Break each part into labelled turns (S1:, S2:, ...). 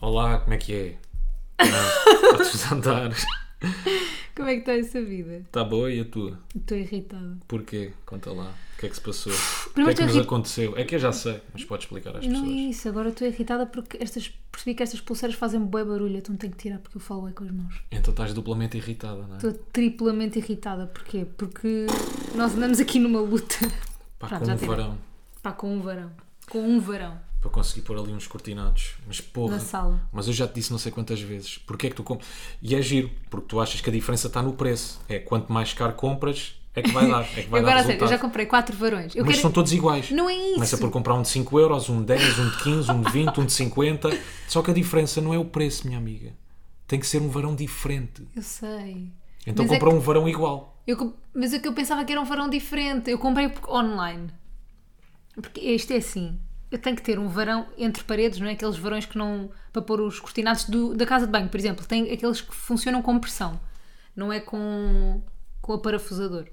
S1: Olá, como é que é? Ah, Podes andar.
S2: Como é que está essa vida?
S1: Está Tá boa e a tua?
S2: Estou irritada.
S1: Porquê? Conta lá. O que é que se passou? O que é
S2: Primeiro
S1: que
S2: estou
S1: nos
S2: irri-
S1: aconteceu? É que eu já sei, mas podes explicar às
S2: Não é
S1: pessoas.
S2: isso, agora estou irritada porque estas, percebi que estas pulseiras fazem bué barulho, então tenho que tirar porque eu falo é com as mãos.
S1: Então estás duplamente irritada, não é?
S2: Estou triplamente irritada, porquê? Porque nós andamos aqui numa luta
S1: Pá, com
S2: Pronto, Tá, já
S1: um
S2: tirei.
S1: varão.
S2: pá, com um varão. Com um varão
S1: Para conseguir pôr ali uns cortinados. Mas porra.
S2: na sala.
S1: Mas eu já te disse não sei quantas vezes. Porquê é que tu compras? E é giro, porque tu achas que a diferença está no preço. É quanto mais caro compras, é que vai dar. É que vai
S2: Eu agora,
S1: dar
S2: a sério, eu
S1: resultado.
S2: já comprei quatro varões. Eu
S1: Mas
S2: quero...
S1: são todos iguais.
S2: Não é isso.
S1: Começa por comprar um de 5 euros, um de 10, um de 15, um de 20, um de 50. Só que a diferença não é o preço, minha amiga. Tem que ser um varão diferente.
S2: Eu sei.
S1: Então
S2: Mas é
S1: compra um varão igual.
S2: Eu comp- mas o que eu pensava que era um varão diferente, eu comprei porque- online. Porque isto é assim: eu tenho que ter um varão entre paredes, não é? Aqueles varões que não. para pôr os cortinados do- da casa de banho, por exemplo. Tem aqueles que funcionam com pressão, não é com, com a parafusador.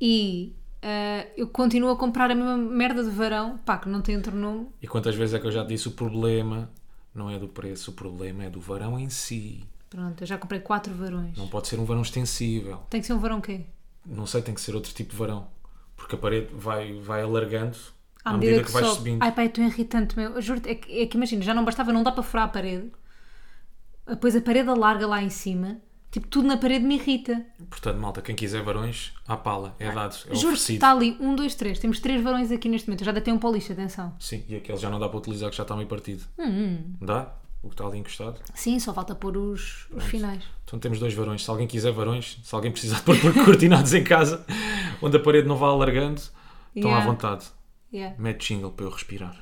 S2: E ah, eu continuo a comprar a mesma merda de varão, pá, que não tem outro nome.
S1: E quantas vezes é que eu já te disse o problema não é do preço, o problema é do varão em si.
S2: Pronto, eu já comprei quatro varões.
S1: Não pode ser um varão extensível.
S2: Tem que ser um varão quê?
S1: Não sei, tem que ser outro tipo de varão. Porque a parede vai, vai alargando
S2: À
S1: à,
S2: medida, que,
S1: vais
S2: sobe.
S1: subindo.
S2: Ai pá, é tão irritante, meu. Eu Juro-te, é que, é que imagina, já não bastava, não dá para furar a parede. Depois a parede larga lá em cima. Tipo, tudo na parede me irrita.
S1: Portanto, malta, quem quiser varões, à pala, é dado, é
S2: Juro-te,
S1: oferecido.
S2: está ali, um, dois, três. Temos três varões aqui neste momento. Eu já datei um para o lixo, atenção.
S1: Sim, e aquele já não dá para utilizar, que já está meio partido.
S2: Hum,
S1: Dá? O que está ali encostado?
S2: Sim, só falta pôr os, os finais.
S1: Então temos dois varões. Se alguém quiser varões, se alguém precisar de pôr pôr cortinados em casa, onde a parede não vá alargando, estão à
S2: Yeah.
S1: vontade.
S2: Yeah.
S1: Mete jingle para eu respirar.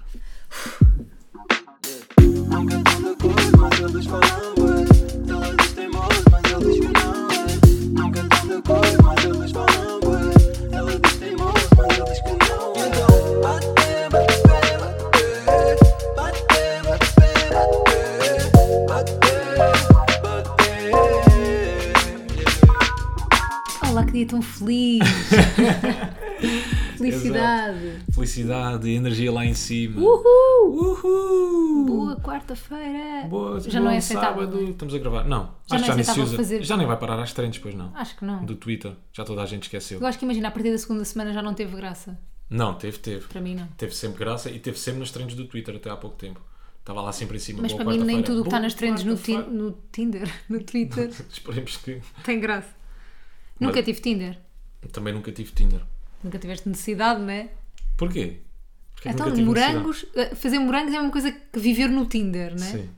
S3: Nunca tive cor, mas eles falam bué Ela diz teimoso, mas ele diz que não é Nunca tive cor, mas eles falam bué Ela diz teimoso, mas ele diz que não é Então bate, bate, bate, bate Bate, bate, bate, bate, bate
S2: Olá, que dia tão feliz! Felicidade!
S1: Felicidade, energia lá em cima.
S2: Uhul!
S1: Uhul!
S2: Boa quarta-feira!
S1: Boa,
S2: Uh! Já
S1: bom
S2: não é aceitável.
S1: sábado.
S2: não é?
S1: Estamos a gravar. Não, acho
S2: Já não é
S1: que já nem se
S2: aceitável
S1: usa.
S2: fazer-
S1: Já nem vai parar às trends, pois não.
S2: Acho que não.
S1: Do Twitter, já toda a gente esqueceu.
S2: Eu acho que imagina, a partir da segunda semana já não teve graça.
S1: Não, teve, teve.
S2: Para mim, não.
S1: Teve sempre graça e teve sempre nas trends do Twitter até há pouco tempo. Estava lá sempre em cima.
S2: Mas
S1: Boa
S2: para mim, nem
S1: quarta-feira.
S2: tudo o que está
S1: Boa
S2: nas trends no, ti-
S1: quarta-feira.
S2: no Tinder, no Twitter,
S1: Esperemos que.
S2: tem graça. Nunca tive Tinder.
S1: Também nunca tive Tinder.
S2: Nunca tiveste necessidade, não é?
S1: Porquê? Porquê que
S2: Então,
S1: nunca tive
S2: morangos, eh, fazer morangos é a mesma coisa que viver no Tinder, não é?
S1: necessidade? Sim.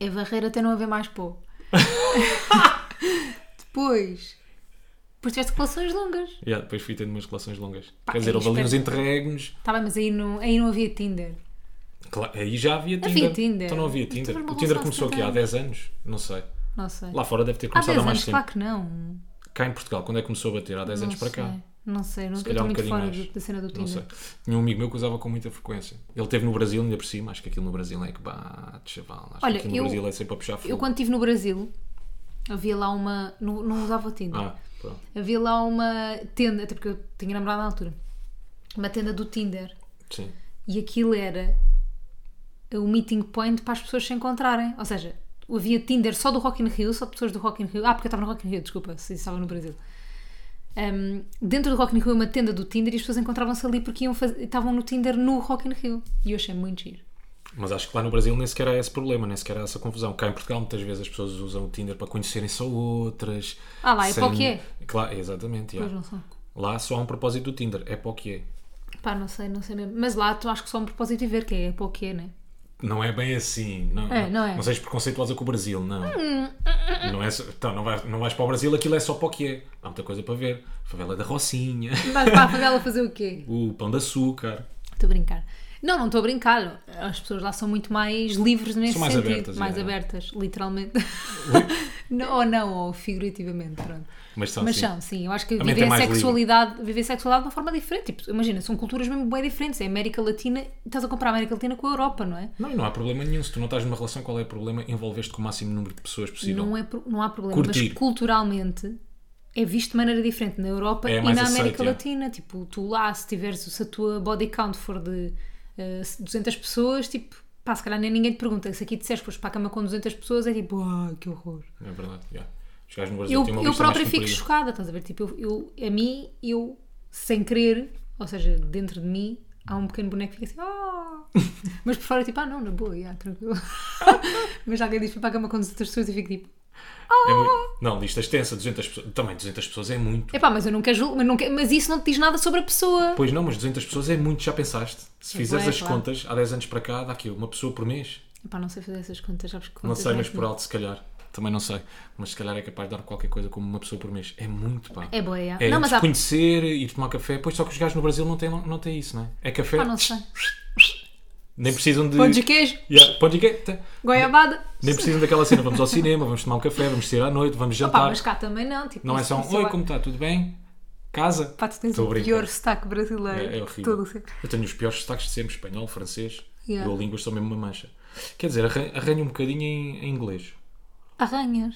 S2: É varrer até não haver mais pó. Depois. Depois tiveste relações longas.
S1: Yeah, ah, depois fui tendo umas relações longas.
S2: Pá,
S1: Quer dizer,
S2: aí
S1: houve ali uns
S2: espero-
S1: interregnos.
S2: Está Tá bem, mas aí não, aí não havia Tinder.
S1: Cla- aí já havia Tinder.
S2: Havia Tinder.
S1: Então não havia
S2: Então,
S1: Tinder.
S2: mas
S1: O
S2: não
S1: Tinder
S2: lançaste
S1: começou aqui há
S2: nada.
S1: 10 anos? Não sei.
S2: Não sei.
S1: Lá fora deve ter
S2: Há
S1: começado há,
S2: 10
S1: mais
S2: anos,
S1: tempo.
S2: claro que não.
S1: Cá em Portugal, quando é que começou a bater? Há 10
S2: não
S1: anos para
S2: sei.
S1: cá.
S2: Não sei, não, eu
S1: calhar
S2: estou
S1: um
S2: muito
S1: bocadinho
S2: fora
S1: mais.
S2: do- da cena do
S1: Não
S2: Tinder.
S1: sei. Tinha um amigo meu que usava com muita frequência. Ele teve no Brasil, ainda por cima. Acho que aquilo no Brasil é que bate, chaval. Acho
S2: Olha,
S1: que aquilo no
S2: eu-
S1: Brasil é sempre a puxar fogo.
S2: Eu quando estive no Brasil, havia lá uma. Não, não usava o Tinder.
S1: Ah, pronto.
S2: Havia lá uma tenda, até porque eu tinha namorado na altura. Uma tenda do Tinder.
S1: Sim.
S2: E aquilo era o meeting point para as pessoas se encontrarem. Ou seja, havia Tinder só do Rock in Rio, só de pessoas do Rock in Rio. Ah, porque eu estava no Rock in Rio, desculpa, se estava no Brasil. Ahm, dentro do Rock in Rio é uma tenda do Tinder e as pessoas encontravam-se ali porque iam faz- estavam no Tinder no Rock in Rio. E eu achei muito giro.
S1: Mas acho que lá no Brasil nem sequer há esse problema, nem sequer há essa confusão. Cá em Portugal, muitas vezes as pessoas usam o Tinder para conhecerem só outras.
S2: Ah lá, é para o que é.
S1: Claro, exatamente.
S2: Pois
S1: já.
S2: não são.
S1: Lá só há um propósito do Tinder, é para o que é.
S2: Pá, não sei, não sei mesmo. Mas lá tu acho que só um propósito e ver que é, é para o que é, né?
S1: Não é bem assim, não.
S2: É, não é. Hum.
S1: Não sejas preconceituosa com o Brasil, não. não é, só- então, não vais, não vais para o Brasil, aquilo é só para o que é. Há muita coisa para ver. Favela da Rocinha,
S2: Vais para a favela fazer o quê?
S1: o Pão de Açúcar.
S2: Estou a brincar. Não, não estou a brincar. As pessoas lá são muito mais livres nesse
S1: São mais
S2: sentido.
S1: abertas,
S2: mais
S1: é.
S2: abertas, literalmente. Não, ou não, ou figurativamente, pronto.
S1: Mas são
S2: Mas
S1: assim.
S2: são, sim. Eu acho que
S1: Também tem
S2: vivem a
S1: mais livre.
S2: sexualidade, vivem a sexualidade de uma forma diferente. Tipo, imagina, são culturas mesmo bem diferentes. É América Latina, estás a comparar a América Latina com a Europa, não é?
S1: Não, e não há problema nenhum. Se tu não estás numa relação, qual é o problema? Envolveste com o máximo número de pessoas possível.
S2: Não, é, pro- não há problema.
S1: Curtir.
S2: Mas culturalmente é visto de maneira diferente na Europa
S1: É
S2: e
S1: mais
S2: na
S1: aceito,
S2: América
S1: é.
S2: Latina. Tipo, tu lá, se tiveres, se a tua body count for de eh, 200 pessoas, tipo, Pá, se calhar nem ninguém te pergunta. Se aqui disseres que foste para a cama com 200 pessoas, é tipo, ah, que horror.
S1: É verdade. Yeah. Os gajos no Brasil
S2: Eu,
S1: têm é uma
S2: eu
S1: lista mais
S2: própria fico
S1: comprida.
S2: chocada, estás a ver? Tipo, eu, eu- a mim, eu, sem querer, ou seja, dentro de mim, há um pequeno boneco que fica assim, ah! Mas por fora, tipo, ah, não, na boa, yeah, tranquilo. Mas alguém diz, fui para a cama com 200 pessoas e fico tipo,
S1: É
S2: Ah.
S1: muito- Não, lista extensa, 200 pessoas. Também 200 pessoas é muito.
S2: epá, mas eu não quero julgar, mas, não quero- mas isso não te diz nada sobre a pessoa.
S1: Pois não, mas 200 pessoas é muito, já pensaste? Se
S2: É
S1: fizeres
S2: bué,
S1: as
S2: claro.
S1: contas, há 10 anos para cá, dá aqui uma pessoa por mês.
S2: Epá, não sei fazer essas contas, sabes que contas
S1: Não sei,
S2: é
S1: mas
S2: que
S1: por alto, se calhar. Também não sei. Mas se calhar é capaz de dar qualquer coisa como uma pessoa por mês. É muito, pá.
S2: É boa, yeah.
S1: É
S2: não, mas há...
S1: conhecer, ir tomar café. Pois só que os gajos no Brasil não têm, não têm isso, não é? É café.
S2: Ah, não sei.
S1: Nem precisam de.
S2: Pão de queijo,
S1: Yeah, pão de quê? Tá.
S2: goiabada.
S1: Nem precisam daquela cena. Vamos ao cinema, vamos tomar um café, vamos sair à noite, vamos
S2: Pá,
S1: jantar.
S2: mas cá também não. Tipo,
S1: Não é
S2: isso-
S1: só um.
S2: isso é
S1: Oi,
S2: lá-
S1: como está? Tudo bem? Casa?
S2: Pá, tu tens
S1: Tô a
S2: o
S1: brincar.
S2: pior sotaque brasileiro.
S1: É, é
S2: de
S1: horrível.
S2: todo o sempre.
S1: Eu tenho os piores sotaques de sempre: espanhol, francês.
S2: Yeah.
S1: Eu, línguas, são mesmo uma mancha. Quer dizer, arran- arranho um bocadinho em, em inglês.
S2: Arranhas.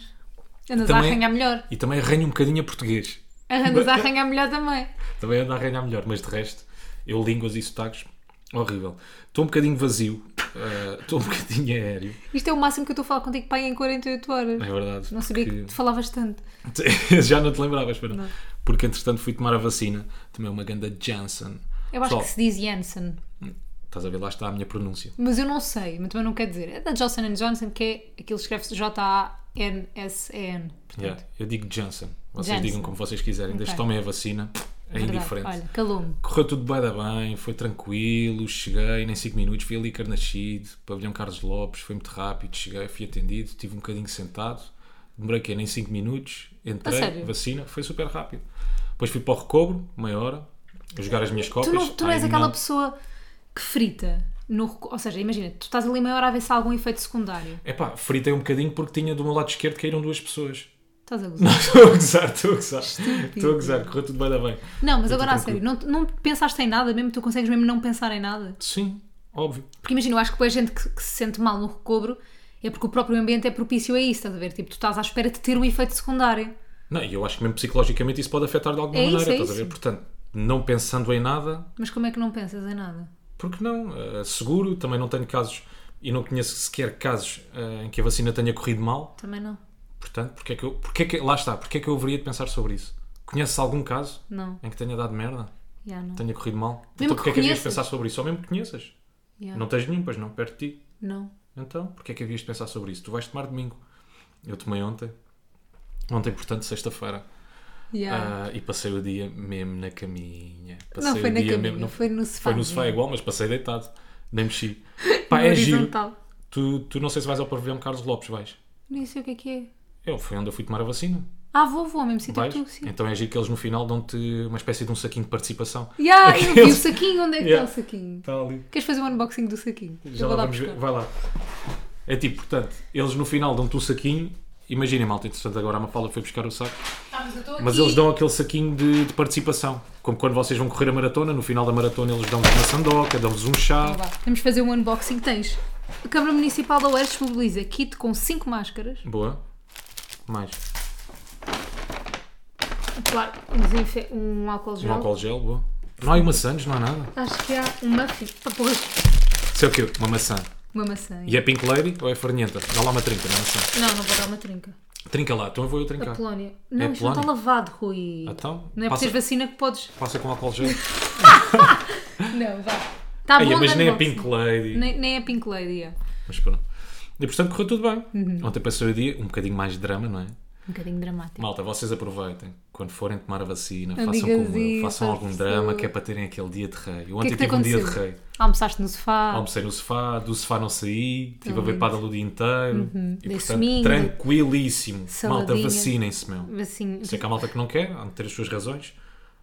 S2: Andas a
S1: Também-
S2: arranhar melhor.
S1: E também arranho um bocadinho em português.
S2: Andas a arranhar melhor também.
S1: Também ando a arranhar melhor, mas de resto, eu, línguas e sotaques, horrível. Estou um bocadinho vazio, eh, estou um bocadinho aéreo,
S2: Isto é o máximo que eu estou a falar contigo, pai, em 48 horas.
S1: é verdade.
S2: Não sabia que
S1: porque-
S2: te falavas tanto.
S1: Já não te lembravas, espera. Porque entretanto fui tomar a vacina, tomei uma ganda Janssen.
S2: Eu acho
S1: Pessoal,
S2: que se diz Janssen.
S1: Estás a ver, lá está a minha pronúncia.
S2: Mas eu não sei, mas também não quer dizer. É da Johnson Johnson, que é aquilo que escreve-se J-A-N-S-E-N.
S1: Yeah, Eu digo Janssen, vocês
S2: Janssen.
S1: digam como vocês quiserem, desde que
S2: Ok.
S1: tomem a vacina, é
S2: Verdade.
S1: indiferente.
S2: Olha, calou-me.
S1: Correu tudo bem, da bem, foi tranquilo, cheguei, nem 5 minutos, fui ali Carnaxide, pavilhão Carlos Lopes, foi muito rápido, cheguei, fui atendido, tive um bocadinho sentado, demorei que nem 5 minutos,
S2: A
S1: entrei,
S2: sério?
S1: vacina, foi super rápido. Depois fui para o recobro, meia hora, a jogar as minhas
S2: Tu
S1: cópias.
S2: não, tu não
S1: Ai,
S2: és aquela
S1: não.
S2: pessoa que frita. No, recu- ou seja, imagina, tu estás ali meia hora a ver se há algum efeito secundário.
S1: Epá, fritei um bocadinho porque tinha do meu lado esquerdo caíram duas pessoas.
S2: Estás a gozar.
S1: Estou a gozar, estou a gozar.
S2: Estúpido.
S1: Estou a gozar, correu tudo bem, da bem.
S2: Não, mas
S1: Eu
S2: agora a
S1: estou
S2: sério, não, não pensaste em nada mesmo? Tu consegues mesmo não pensar em nada?
S1: Sim, óbvio.
S2: Porque imagina, eu acho que depois a gente que, que se sente mal no recobro é porque o próprio ambiente é propício a isso, estás a ver? Tipo, tu estás à espera de ter um efeito secundário.
S1: Não, e eu acho que mesmo psicologicamente isso pode afetar de alguma
S2: É isso,
S1: maneira,
S2: é
S1: estás a
S2: isso.
S1: ver? Portanto, não pensando em nada,
S2: Mas como é que não pensas em nada?
S1: Porque não? eh, seguro, também não tenho casos e não conheço sequer casos eh, em que a vacina tenha corrido mal.
S2: Também não.
S1: Portanto, porque é que eu. Porque é que, lá está, porque é que eu haveria de pensar sobre isso? Conheces algum caso
S2: Não.
S1: em que tenha dado merda?
S2: Já não.
S1: Tenha corrido mal?
S2: Mesmo
S1: então
S2: que
S1: porque é que havias de
S2: conheças. É.
S1: pensar sobre isso? Ou mesmo que conheças?
S2: Já.
S1: Não tens nenhum, pois não, perto de ti.
S2: Não.
S1: Então, porque é que havias de pensar sobre isso? Tu vais tomar domingo. Eu tomei ontem. Ontem, portanto, sexta-feira.
S2: Já.
S1: Ah, e passei o dia mesmo na caminha. Passei
S2: não foi
S1: o
S2: na
S1: dia
S2: caminha,
S1: mesmo- não-
S2: foi no sofá.
S1: foi no sofá igual, mas passei deitado. Nem mexi. Pá,
S2: No
S1: é giro.
S2: horizontal.
S1: Tu, tu não sei se vais ao pavilhão Carlos Lopes, vais?
S2: Nem sei o que é que é.
S1: Eu, foi onde eu fui tomar a vacina.
S2: Ah, vou, vou, ao mesmo sítio que
S1: Vais?
S2: tu, sim.
S1: Então é giro que eles no final dão-te uma espécie de um saquinho de participação.
S2: Já, eu vi o
S1: Aqueles-
S2: saquinho, onde é que
S1: Já.
S2: está o saquinho?
S1: Está ali.
S2: Queres fazer um unboxing do saquinho?
S1: Já
S2: eu vou
S1: lá
S2: lá
S1: vamos ver.
S2: buscar.
S1: Vai lá. É tipo, portanto, eles no final dão-te um saquinho. Imaginem, malta, entretanto, agora a Mafalda foi buscar o saco.
S2: Ah, mas eu estou
S1: Mas
S2: aqui.
S1: eles dão aquele saquinho de, de participação. Como quando vocês vão correr a maratona, no final da maratona eles dão-vos uma sandoca, dão-vos um chá.
S2: Vá, Vamos fazer um unboxing. Tens. A Câmara Municipal da Oeiras disponibiliza kit com 5 máscaras.
S1: Boa. Mais.
S2: Claro, um, desinfe- um álcool
S1: Um
S2: gel.
S1: álcool gel, boa. Não há aí maçãs, não há nada.
S2: Acho que há um muffin. Pá, porra,
S1: Isso é o quê? Uma maçã.
S2: Uma maçã.
S1: E é Pink Lady ou é farinhenta? Dá lá uma trinca na maçã.
S2: Não, não vou dar uma trinca.
S1: Trinca lá, então eu vou eu
S2: A
S1: trincar.
S2: Polónia. Não,
S1: É
S2: isto não está
S1: Polónia?
S2: lavado, Rui.
S1: Então,
S2: Não é por
S1: passa,
S2: teres vacina que podes.
S1: passa com álcool gel.
S2: Não, vá. Está
S1: Ai,
S2: bom,
S1: mas
S2: de
S1: nem é
S2: unboxing.
S1: Pink Lady.
S2: Nem, nem é Pink Lady. é.
S1: Mas pronto. E portanto correu tudo bem.
S2: Uhum.
S1: Ontem passou o dia, um bocadinho mais de drama, não é?
S2: Um bocadinho dramático.
S1: Malta, vocês aproveitem. Quando forem tomar a vacina, façam
S2: Amigazinha,
S1: como eu, façam
S2: faz
S1: algum
S2: por
S1: drama
S2: favor.
S1: que é para terem aquele dia de rei. Eu
S2: O que
S1: ontem
S2: é que te
S1: tive um dia de
S2: aconteceu?
S1: rei.
S2: Almoçaste no sofá.
S1: Almocei no sofá, do sofá não saí, estive a
S2: lindo.
S1: ver pádel o dia inteiro. E
S2: Uhum. Dei
S1: portanto,
S2: suminho.
S1: tranquilíssimo. Malta,
S2: Saladinha.
S1: vacinem-se, meu.
S2: Assim,
S1: Sei que há malta que não quer, há de ter as suas razões.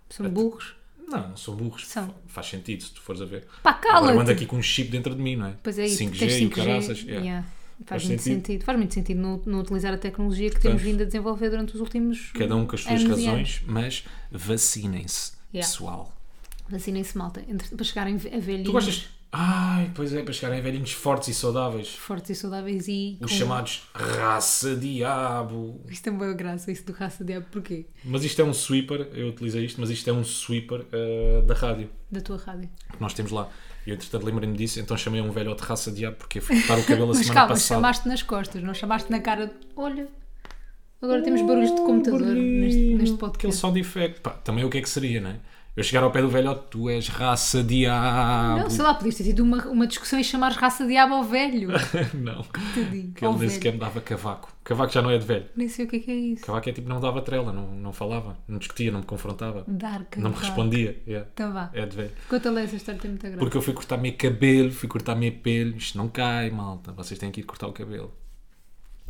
S2: são burros.
S1: Não, são burros.
S2: São.
S1: Fa- Faz sentido se tu fores a ver.
S2: Pá,
S1: Agora eu ando
S2: cala-te.
S1: aqui com um chip dentro de mim, não é?
S2: tipo- Pois é, isso.
S1: 5G
S2: tens
S1: e o
S2: 5G,
S1: caraças. é. yeah.
S2: yeah. Faz,
S1: Faz
S2: muito
S1: sentido.
S2: sentido. Faz muito sentido não, não utilizar a tecnologia que temos vindo a desenvolver durante os últimos
S1: Cada um com as suas
S2: anos e anos.
S1: razões, mas vacinem-se,
S2: Yeah.
S1: pessoal.
S2: Vacinem-se, malta. Entre- para chegarem a velhinhos
S1: Tu gostas? Ai, pois é, para chegarem a velhinhos fortes e saudáveis.
S2: fortes e saudáveis e.
S1: Os
S2: com-
S1: chamados raça-diabo.
S2: Isto é uma boa graça, isso do raça de diabo. Porquê?
S1: Mas isto é um sweeper, eu utilizei isto, mas isto é um sweeper eh, da rádio.
S2: Da tua rádio.
S1: que nós temos lá. E eu, entretanto, lembrei-me disso, então chamei um velho ao terraço adiado porque fui cortar o cabelo a
S2: Mas
S1: semana
S2: calma,
S1: passada.
S2: chamaste nas costas, não chamaste na cara. de- Olha, agora temos barulhos de computador neste, neste
S1: Aquele
S2: podcast.
S1: sound effect. Pá, também o que é que seria, não é? Eu chegar ao pé do velhote, tu és raça diabo.
S2: Não, sei lá, podias ter tido uma, uma discussão e chamares raça diabo ao velho.
S1: Não.
S2: Tadinho,
S1: Que
S2: ao
S1: ele nem
S2: velho.
S1: sequer me dava cavaco. Cavaco já não é de velho.
S2: Nem sei o que é que é isso.
S1: Cavaco é tipo, não dava trela, não, não falava, não discutia, não me confrontava, não
S2: Dar
S1: me
S2: cavaco.
S1: respondia. Yeah.
S2: Então vá.
S1: É de velho.
S2: Conta-lhe essa história, tem muita graça.
S1: Porque eu fui cortar meu cabelo, fui cortar meu pelo, isto não cai, malta, vocês têm que ir cortar o cabelo.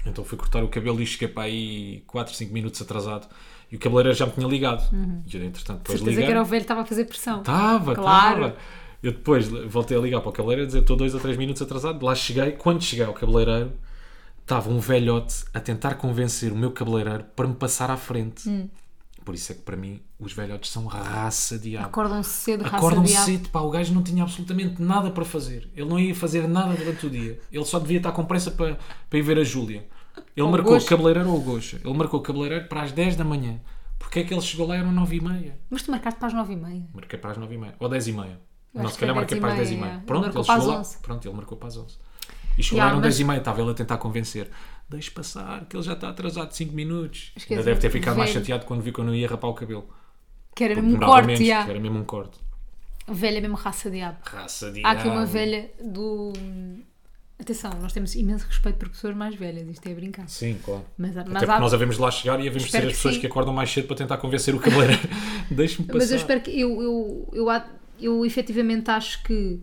S1: Então fui cortar o cabelo e cheguei para aí 4, 5 minutos atrasado e o cabeleireiro já me tinha ligado. E eu, entretanto, depois
S2: Uhum.
S1: Tá.
S2: Certeza
S1: liguei.
S2: que era o velho que estava a fazer pressão.
S1: Estava,
S2: Claro.
S1: estava. Eu depois voltei a ligar para o cabeleireiro a dizer estou dois ou três minutos atrasado. Lá cheguei. Quando cheguei ao cabeleireiro, estava um velhote a tentar convencer o meu cabeleireiro para me passar à frente.
S2: Hum.
S1: Por isso é que para mim os velhotes são raça diabo.
S2: Acordam-se cedo, raça
S1: Acordam
S2: diabo.
S1: cedo, pá, o gajo não tinha absolutamente nada para fazer. Ele não ia fazer nada durante o dia. Ele só devia estar com pressa para, para ir ver a Júlia. Ele
S2: Ou o
S1: marcou o
S2: Gocha.
S1: cabeleireiro ou o Gocha. Ele marcou o cabeleireiro para as 10 da manhã. Porque é que ele chegou lá eram 9 e meia?
S2: Mas tu marcaste para as nove e meia.
S1: Marquei para as 9h30. Ou 10h30.
S2: Eu
S1: Não,
S2: acho
S1: se
S2: que
S1: calhar
S2: foi
S1: marquei para as
S2: 10 e
S1: 10h30.
S2: meia.
S1: Pronto,
S2: Ele
S1: ele
S2: marcou para
S1: chegou
S2: as
S1: lá.
S2: 11.
S1: Pronto, ele marcou para as 11. E chegou
S2: Yeah,
S1: lá, eram
S2: mas-
S1: 10h30. Estava ele a tentar convencer. Deixe passar, que ele já está atrasado 5 minutos.
S2: Esquece,
S1: Ainda deve ter ficado mais
S2: é velho.
S1: chateado quando viu que eu não ia rapar o cabelo.
S2: Que era
S1: Porque
S2: um
S1: demorava
S2: corte,
S1: menos,
S2: já.
S1: porque era mesmo um corte.
S2: Velha mesmo raça diabo.
S1: Raça de
S2: Há aqui uma
S1: diabo.
S2: velha do. Atenção, nós temos imenso respeito por pessoas mais velhas, isto é brincar.
S1: Sim, claro.
S2: Mas, mas
S1: Até
S2: há-
S1: porque nós havemos de lá chegar e havemos de ser
S2: Espero
S1: as
S2: que
S1: pessoas
S2: sim.
S1: que acordam mais cedo para tentar convencer o cabeleireiro. Deixe-me passar.
S2: mas eu espero que. Eu, eu, eu, há- eu efetivamente acho que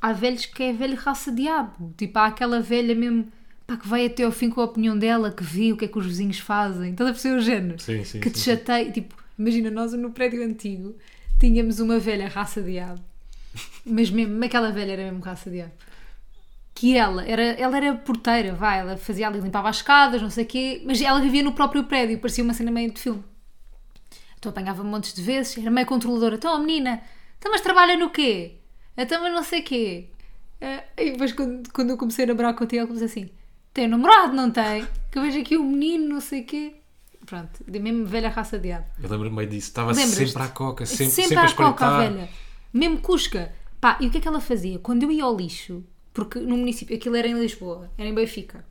S2: há velhos que é velho raça diabo. Tipo, há aquela velha mesmo. Pá, que vai até ao fim com a opinião dela, que vê o que é que os vizinhos fazem. Estás a perceber o género?
S1: Sim, sim,
S2: que te
S1: sim, sim.
S2: chateia. Tipo, imagina, nós no prédio antigo tínhamos uma velha raça diabo. Mas mesmo, aquela velha era mesmo raça diabo. Que ela era, ela era porteira, vai, ela fazia ali, limpava as escadas, não sei o quê, mas ela vivia no próprio prédio, parecia uma cena meio de filme. Então apanhava montes de vezes, era meio controladora. Então, ó menina, então, mas trabalha no quê? Então, mas não sei quê. Ah, E depois, quando, quando eu comecei a namorar contigo, ela comecei assim: tem namorado, não tem? Que eu vejo aqui um menino, não sei quê. Pronto, de mesmo velha raça de diabo.
S1: Eu lembro-me bem disso. Estava
S2: Lembras-te?
S1: sempre à coca, sempre,
S2: Sempre
S1: sempre a
S2: à coca,
S1: espreitar.
S2: a velha. Mesmo Cusca. Pá, e o que é que ela fazia? Quando eu ia ao lixo, porque no município, aquilo era em Lisboa, era em Benfica.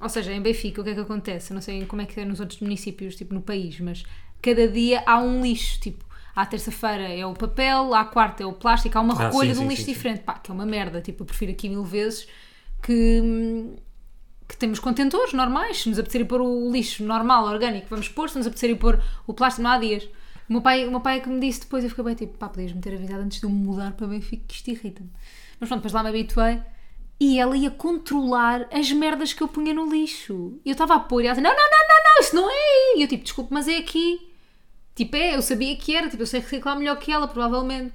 S2: Ou seja, em Benfica, o que é que acontece? Eu não sei como é que é nos outros municípios, tipo no país, mas cada dia há um lixo. Tipo, à terça-feira é o papel, à quarta é o plástico, há uma
S1: Ah,
S2: recolha
S1: sim,
S2: de
S1: sim,
S2: um lixo
S1: sim, sim.
S2: diferente. Pá, que é uma merda. Tipo, eu prefiro aqui mil vezes que. hum, que temos contentores normais, se nos apetecer ir pôr o lixo normal, orgânico, vamos pôr, se nos apetecer ir pôr o plástico, não há dias. O meu pai, o meu pai é que me disse depois, eu fiquei bem tipo, pá, podias me ter avisado antes de eu me mudar para Benfica, que isto irrita-me. Mas pronto, depois lá me habituei e ela ia controlar as merdas que eu punha no lixo. E eu estava a pôr e ela assim, não, não, não, não, não, isso não é aí. E eu tipo, desculpe, mas é aqui. Tipo, é, eu sabia que era, tipo, eu sei reciclar melhor que ela, provavelmente.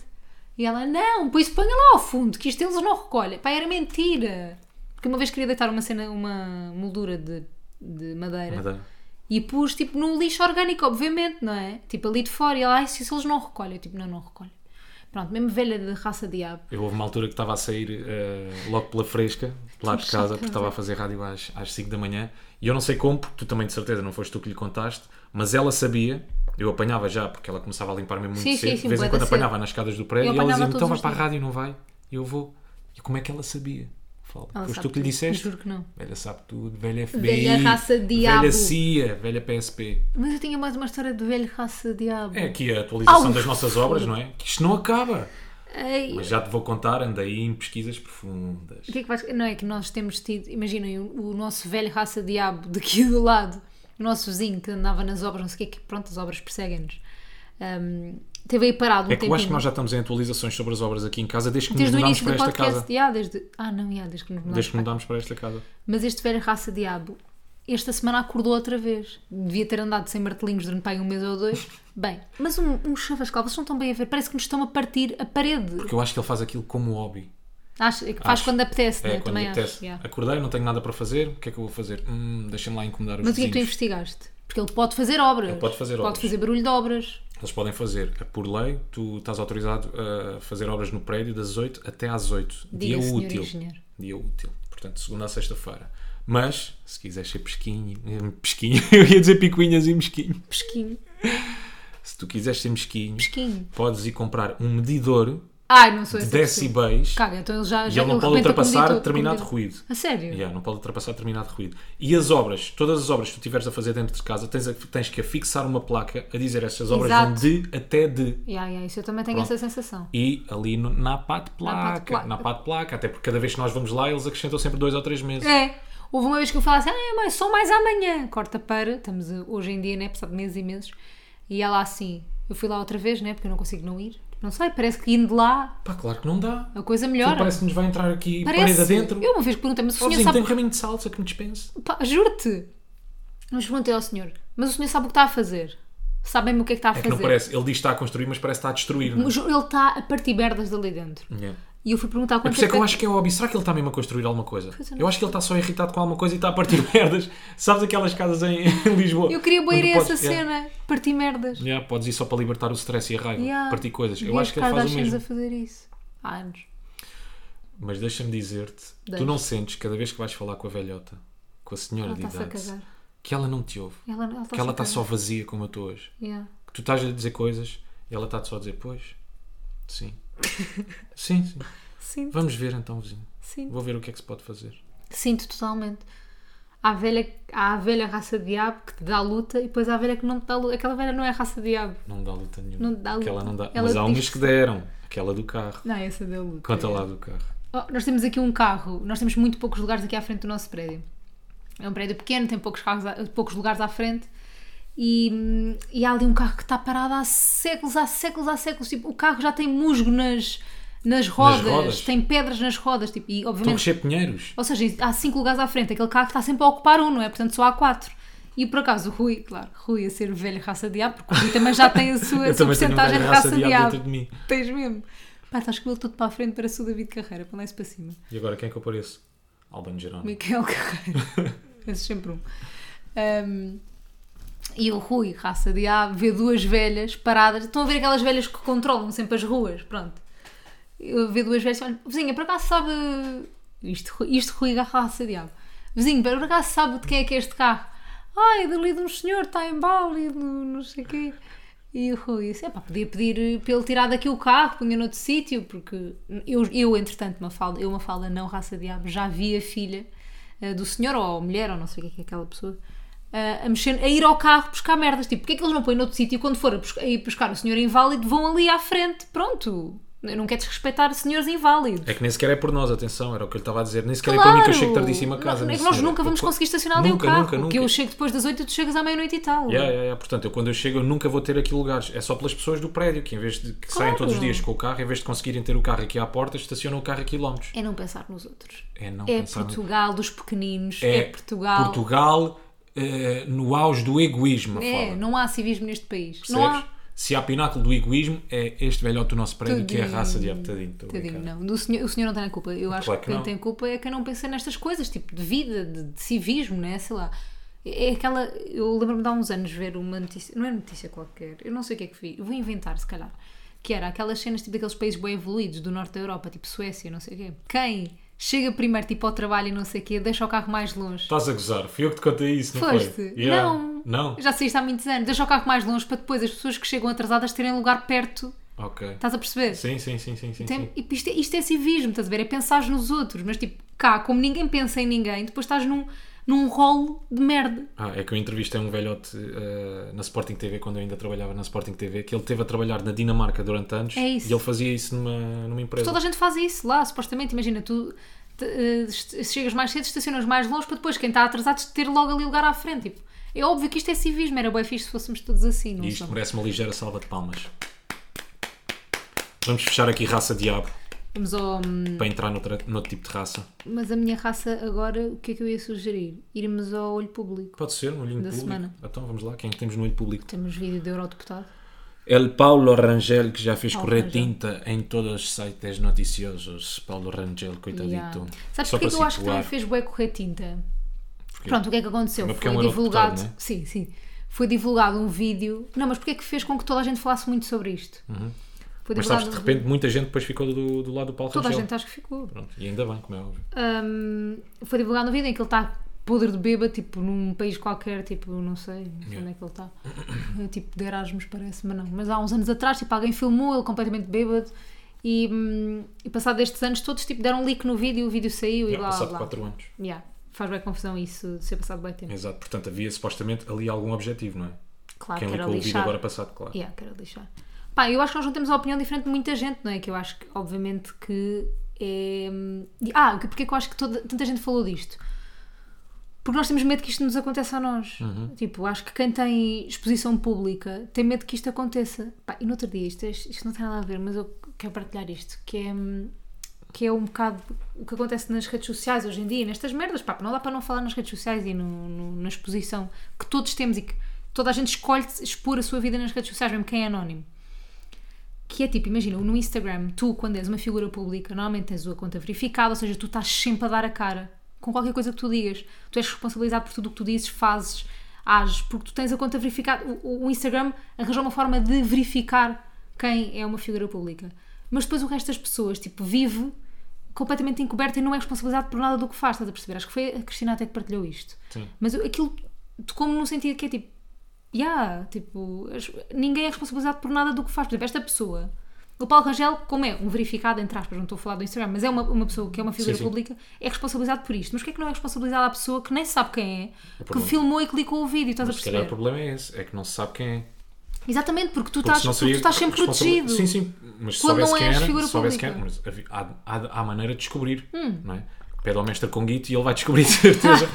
S2: E ela, não, pois ponha lá ao fundo, que isto eles não recolhem. Pá, era mentira. Porque uma vez queria deitar uma cena, uma moldura de, de madeira.
S1: Madeira.
S2: E pus, tipo, num lixo orgânico, obviamente, não é? Tipo, ali de fora. E ela, ai, se isso eles não recolhem. Eu, tipo, não, não recolhem. Pronto, mesmo velha de raça diabo.
S1: Eu houve uma altura que estava a sair eh, logo pela fresca, de lá de
S2: Que
S1: casa,
S2: chata.
S1: porque estava a fazer rádio às, às 5 da manhã. E eu não sei como, porque tu também de certeza não foste tu que lhe contaste, mas ela sabia, eu apanhava já, porque ela começava a limpar-me muito
S2: Sim, sim,
S1: cedo.
S2: sim,
S1: de vez
S2: bué
S1: em
S2: da
S1: quando
S2: cedo.
S1: apanhava nas escadas do prédio
S2: Eu
S1: e ela
S2: apanhava
S1: dizia então
S2: todos
S1: vai
S2: os
S1: para a
S2: dias."
S1: rádio, não vai? E eu vou. E como é que ela sabia? Fala,
S2: Ela
S1: foste
S2: sabe
S1: tu que lhe
S2: tudo.
S1: disseste?
S2: Juro que não.
S1: Velha sabe tudo, velha FBI,
S2: Velha raça diabo.
S1: velha CIA, velha PSP.
S2: Mas eu tinha mais uma história de velho raça diabo.
S1: É aqui a atualização
S2: Au.
S1: das nossas obras, não é? Que isto não acaba.
S2: Ai,
S1: Mas já te vou contar, andei em pesquisas profundas.
S2: O que é que vais- Não é que nós temos tido, imaginem, o, o nosso velho raça diabo daqui do lado, o nosso vizinho que andava nas obras, não sei o que, que pronto, as obras perseguem-nos, hum, teve aí parado um
S1: É que eu acho que
S2: tempinho.
S1: nós já estamos em atualizações sobre as obras aqui em casa desde que
S2: Desde o
S1: nos mudámos
S2: início
S1: para
S2: do
S1: esta
S2: podcast, é.
S1: casa.
S2: já, desde... ah não, já, desde que nos mudámos.
S1: Desde que
S2: para-
S1: mudámos para esta casa.
S2: Mas este velho raça diabo, esta semana acordou outra vez. Devia ter andado sem martelinhos durante pá, aí um mês ou dois. Bem, mas um, um chavascal, vocês não estão bem a ver, parece que nos estão a partir a parede.
S1: Porque eu acho que ele faz aquilo como hobby.
S2: Acho, é que faz
S1: Acho.
S2: quando apetece,
S1: É,
S2: né?
S1: quando
S2: Também
S1: lhe
S2: acho,
S1: apetece.
S2: já.
S1: Acordei, não tenho nada para fazer, o que é que eu vou fazer? Hum, deixa-me lá incomodar os
S2: Mas o que é que tu
S1: vizinhos.
S2: investigaste? Porque ele pode fazer obras.
S1: Ele pode fazer obras.
S2: fazer barulho de obras.
S1: Eles podem fazer. é, Por lei, tu estás autorizado a fazer obras no prédio das 8 até às 8.
S2: Diga,
S1: dia
S2: senhor
S1: útil.
S2: engenheiro.
S1: Dia útil. Portanto, segunda a sexta-feira. Mas, se quiseres ser pesquinho, eh, pesquinho, eu ia dizer picuinhas e mesquinho. Hum.
S2: Pesquinho.
S1: Se tu quiseres ser mesquinho,
S2: Pesquinho.
S1: podes ir comprar um medidor
S2: Ai, não sou essa pessoa.
S1: decibéis
S2: Caga, então ele já,
S1: e
S2: já
S1: ele não
S2: ele
S1: pode
S2: arrebenta com o
S1: ultrapassar
S2: dedo-
S1: determinado
S2: com o dedo.
S1: ruído.
S2: A sério?
S1: Yeah, não pode ultrapassar determinado ruído. E as obras, todas as obras que tu tiveres a fazer dentro de casa, tens, a- tens que afixar uma placa a dizer estas obras
S2: Exato.
S1: vão de até de.
S2: Yeah, yeah, isso eu também tenho
S1: Pronto.
S2: essa sensação.
S1: E ali no- na pá de
S2: pá de
S1: placa,
S2: placa.
S1: na pá de placa, até porque cada vez que nós vamos lá eles acrescentam sempre dois ou três meses.
S2: É. Houve uma vez que eu falei assim, ah, mãe, só mais amanhã. Corta para, estamos eh, hoje em dia, né? Passado meses e meses. E ela assim, eu fui lá outra vez, né? Porque eu não consigo não ir. Não sei, parece que indo lá
S1: Pá, claro que não dá.
S2: a coisa
S1: Aquilo
S2: melhora.
S1: Parece que nos vai entrar aqui parede
S2: É Parece.
S1: adentro.
S2: Eu uma vez perguntei, mas o
S1: Ó,
S2: senhor
S1: vizinho,
S2: sabe.
S1: tem um raminho de salsa que me dispense.
S2: Pá, juro-te. Mas perguntei ao senhor, mas o senhor sabe o que está a fazer? Sabem-me o que é que está a
S1: É que
S2: fazer?
S1: não parece. Ele diz que está a construir, mas parece que está a destruir. Não? é?
S2: Juro, Ele está a partir merdas dali dentro.
S1: Yeah.
S2: E eu fui perguntar
S1: É por
S2: quanto
S1: isso é que eu acho que é hobby. Será que ele está mesmo a construir alguma coisa?
S2: Pois eu não
S1: Eu acho que ele está só irritado com alguma coisa e está a partir merdas. Sabes aquelas casas em, em Lisboa?
S2: Eu queria boir
S1: Onde
S2: essa
S1: podes- é. yeah.
S2: cena, partir merdas.
S1: Yeah, podes ir só para libertar o stress e a raiva,
S2: Yeah.
S1: partir coisas. Eu
S2: Vi
S1: acho
S2: as
S1: que ele faz o
S2: Kardashians
S1: mesmo.
S2: a fazer isso. Há anos.
S1: Mas deixa-me dizer-te,
S2: Deixa.
S1: tu não sentes cada vez que vais falar com a velhota, com a senhora
S2: Ela
S1: de
S2: está-se a
S1: idade,
S2: cagar.
S1: que ela não te ouve,
S2: Ela, ela está
S1: que ela está só vazia como eu estou hoje.
S2: Yeah.
S1: Que tu estás a dizer coisas e ela está-te só a dizer, pois, sim. sim, sim.
S2: Sinto,
S1: Vamos ver então, vizinho.
S2: sinto.
S1: Vou ver o que é que se pode fazer.
S2: Sinto totalmente. Há a velha, há a velha raça de diabo que te dá luta e depois há a velha que não te dá luta. Aquela velha não é raça de diabo.
S1: Não dá luta nenhuma.
S2: Não dá
S1: Aquela
S2: luta.
S1: não dá.
S2: Ela
S1: Mas há umas
S2: diz-
S1: que deram. Aquela do carro.
S2: Não, essa deu luta.
S1: Conta lá do carro.
S2: Oh, nós temos aqui um carro. Nós temos muito poucos lugares aqui à frente do nosso prédio. É um prédio pequeno, tem poucos, carros a- poucos lugares à frente. E, hum, e há ali um carro que está parado há séculos, há séculos, há séculos. Tipo, o carro já tem musgo nas, nas, rodas,
S1: rodas?
S2: tem pedras nas rodas. Tipo, e
S1: Estão a
S2: obviamente
S1: crescer pinheiros.
S2: Ou seja, há cinco lugares à frente, aquele carro está sempre a ocupar um, não é? Portanto, só há quatro. E por acaso o Rui, claro, Rui a ser velho raça de diabo, porque o Rui também já tem a sua, a
S1: Eu
S2: sua
S1: também tenho um
S2: porcentagem de
S1: velho
S2: raça de
S1: raça-diabo
S2: diabo.
S1: dentro de mim.
S2: Tens mesmo. Pá, estás com ele tudo para a frente, parece o David Carreira, para lá e para cima.
S1: E agora quem é que eu pareço? Albano Gerónimo.
S2: Miquel é Carreira. Esse sempre um. Um, e o Rui, raça de A, vê duas velhas paradas. Estão a ver aquelas velhas que controlam sempre as ruas, pronto. Eu vê duas velhas, olha, vizinha, por acaso sabe. Isto, Rui- isto Rui, raça de A. Vizinho, por acaso sabe de quem é que é este carro? Ai, é dali de um senhor, está em Bali, do não sei o quê. E o Rui disse: "Epá, podia pedir eh, para ele tirar daqui o carro, punha noutro sítio, porque eu, eu entretanto, uma fala, eu, uma fala não raça diabo, já vi a filha eh, do senhor, ou a mulher, ou não sei o que é que é aquela pessoa, eh, a, mexer, a ir ao carro buscar merdas. Tipo, porque é que eles não põem noutro sítio e quando for a, busca- a ir buscar o senhor inválido, vão ali à frente? Pronto, eu não quero desrespeitar senhores inválidos.
S1: É que nem sequer é por nós, atenção, era o que ele estava a dizer. Nem sequer é por
S2: Claro!
S1: mim que eu chego tardíssimo a casa.
S2: Não, é
S1: minha
S2: que nós
S1: senhora.
S2: nunca vamos
S1: Eu-
S2: conseguir estacionar ali o
S1: Nunca,
S2: carro,
S1: nunca,
S2: porque eu
S1: nunca.
S2: chego depois das 8 e tu chegas à meia-noite e tal.
S1: Yeah, yeah, yeah. Portanto, eu quando eu chego, eu nunca vou ter aqui lugares. É só pelas pessoas do prédio que, em vez de que saem
S2: Claro.
S1: todos os dias com o carro, em vez de conseguirem ter o carro aqui à porta, estacionam o carro a quilómetros.
S2: É não pensar nos outros.
S1: É não
S2: É
S1: pensar no-
S2: Portugal dos pequeninos, é, Portugal.
S1: Portugal eh, no auge do egoísmo.
S2: É,
S1: Mafalda.
S2: não há civismo neste país. Não
S1: Percebes?
S2: há.
S1: Se há pináculo do egoísmo, é este velhote do nosso prédio que é a
S2: Tadinho.
S1: raça de apetadinho.
S2: Tadinho, não. Do senhor- o senhor não tem a culpa. Eu acho
S1: Claro
S2: que,
S1: que
S2: quem
S1: não.
S2: tem culpa é quem não pensa nestas coisas, tipo de vida, de, de civismo, né? Sei lá. É aquela. Eu lembro-me de há uns anos ver uma notícia. Não é notícia qualquer. Eu não sei o que é que vi. Eu vou inventar, se calhar. Que era aquelas cenas tipo daqueles países bem evoluídos do norte da Europa, tipo Suécia, não sei o quê. Quem chega primeiro, tipo ao trabalho e não sei o quê, deixa o carro mais longe.
S1: Estás a gozar, fui eu que te contei isso, não
S2: Foste?
S1: foi? Yeah.
S2: Não.
S1: Não?
S2: Já sei isto há muitos anos. Deixa o carro mais longe para depois as pessoas que chegam atrasadas terem lugar perto.
S1: Ok.
S2: Estás a perceber?
S1: Sim, sim, sim, sim, sim.
S2: Tem-
S1: sim.
S2: e isto, é- isto é civismo, estás a ver? É pensar nos outros, mas tipo, cá, como ninguém pensa em ninguém, depois estás num, num rolo de merda.
S1: Ah, é que eu entrevistei um velhote eh, na Sporting TV, quando eu ainda trabalhava na Sporting TV, que ele teve a trabalhar na Dinamarca durante anos
S2: É isso.
S1: e ele fazia isso numa, numa empresa.
S2: Toda a gente faz isso lá, supostamente. Imagina, tu te- eh, est- chegas mais cedo, estacionas mais longe para depois quem está atrasado ter logo ali lugar à frente. Tipo, é óbvio que isto é civismo, era bem fixe se fôssemos todos assim, não
S1: E isto
S2: são?
S1: merece uma ligeira salva de palmas. Vamos fechar aqui raça diabo
S2: Vamos ao, hum,
S1: para entrar noutra, noutro tipo de raça.
S2: Mas a minha raça agora, o que é que eu ia sugerir? Irmos ao olho público.
S1: Pode ser, um olhinho
S2: Da
S1: público.
S2: semana.
S1: Então vamos lá, quem é que temos no olho público?
S2: Temos vídeo de Eurodeputado.
S1: El Paulo Rangel, que já fez
S2: Paulo
S1: correr
S2: Rangel.
S1: tinta em todos os sites noticiosos. Paulo Rangel, coitadito.
S2: Yeah. Sabes
S1: Tá Só
S2: porquê que
S1: para
S2: eu acho que também
S1: situar.
S2: fez bué correr tinta? Pronto, o que é que aconteceu?
S1: Mas porque é um
S2: Foi
S1: eurodeputado,
S2: divulgado.
S1: não é?
S2: Sim, sim. Foi divulgado um vídeo. Não, mas porquê é que fez com que toda a gente falasse muito sobre isto? Foi
S1: Uhum. Mas sabes, de
S2: um
S1: repente, muita gente depois ficou do, do lado do Paulo
S2: vídeo- Toda a
S1: Rangel.
S2: gente acho que ficou.
S1: Pronto, e ainda bem, como é óbvio.
S2: Hum, foi divulgado um vídeo em que ele está podre de bêbado, tipo num país qualquer, tipo, não sei, não sei
S1: Yeah.
S2: onde é que ele está. Eh, tipo de Erasmus, parece, mas não. Mas há uns anos atrás, tipo, alguém filmou ele completamente bêbado. E, hum, e passado estes anos todos, tipo, deram um like no vídeo, o vídeo saiu e
S1: Já
S2: blá blá
S1: passado
S2: blá.
S1: 4 anos.
S2: Yeah. Faz bem confusão isso de ser passado bem tempo.
S1: Exato. Portanto, havia supostamente ali algum objetivo, não é?
S2: Claro
S1: Quem
S2: Ah, que era
S1: licou o vídeo
S2: lixar.
S1: agora passado, claro.
S2: Yeah, quero lixar. Pá, eu acho que nós não temos uma opinião diferente de muita gente, não é? Que eu acho que, obviamente, que é. Ah, que- porque é que eu acho que toda, tanta gente falou disto? Porque nós temos medo que isto nos aconteça a nós.
S1: Uhum.
S2: Tipo, acho que quem tem exposição pública tem medo que isto aconteça. Pá, e no outro dia, isto, é- isto não tem nada a ver, mas eu quero partilhar isto, que é. hum, Que é um bocado o que acontece nas redes sociais hoje em dia, nestas merdas, pá, não dá para não falar nas redes sociais e no- no- na exposição que todos temos e que toda a gente escolhe expor a sua vida nas redes sociais, mesmo quem é anónimo que é tipo, imagina, no Instagram, tu quando és uma figura pública, normalmente tens a conta verificada, ou seja, tu estás sempre a dar a cara com qualquer coisa que tu digas. Tu és responsabilizado por tudo o que tu dizes, fazes, ages, porque tu tens a conta verificada. O- O, o Instagram arranjou uma forma de verificar quem é uma figura pública. Mas depois o resto das pessoas, tipo, vive completamente encoberta e não é responsabilizado por nada do que faz, estás a perceber? Acho que foi a Cristina até que partilhou isto.
S1: Sim.
S2: Mas eu- aquilo tocou-me num sentido que é tipo, yeah, tipo, as- ninguém é responsabilizado por nada do que faz. Por exemplo, esta pessoa, o Paulo Rangel, como é um verificado, entre aspas, não estou a falar do Instagram, mas é uma, uma pessoa que é uma figura
S1: Sim, sim.
S2: pública, é responsabilizado por isto. Mas o que é que não é responsabilizado à pessoa que nem sabe quem é, que
S1: problema.
S2: filmou e clicou o vídeo, estás
S1: Mas
S2: a
S1: se calhar o
S2: perceber?
S1: problema é esse, é que não se sabe quem é.
S2: Exatamente, porque tu
S1: Porque
S2: estás,
S1: senão
S2: porque tu
S1: seria
S2: estás sempre
S1: responsabil- Sim,
S2: protegido.
S1: sim. Mas se
S2: Quando
S1: soubesse
S2: não
S1: quem
S2: és
S1: era,
S2: figura
S1: se soubesse quem era,
S2: pública. Hum.
S1: mas havia- há, há, há maneira de descobrir. Não é? Pede ao mestre Conguito e ele vai descobrir de certeza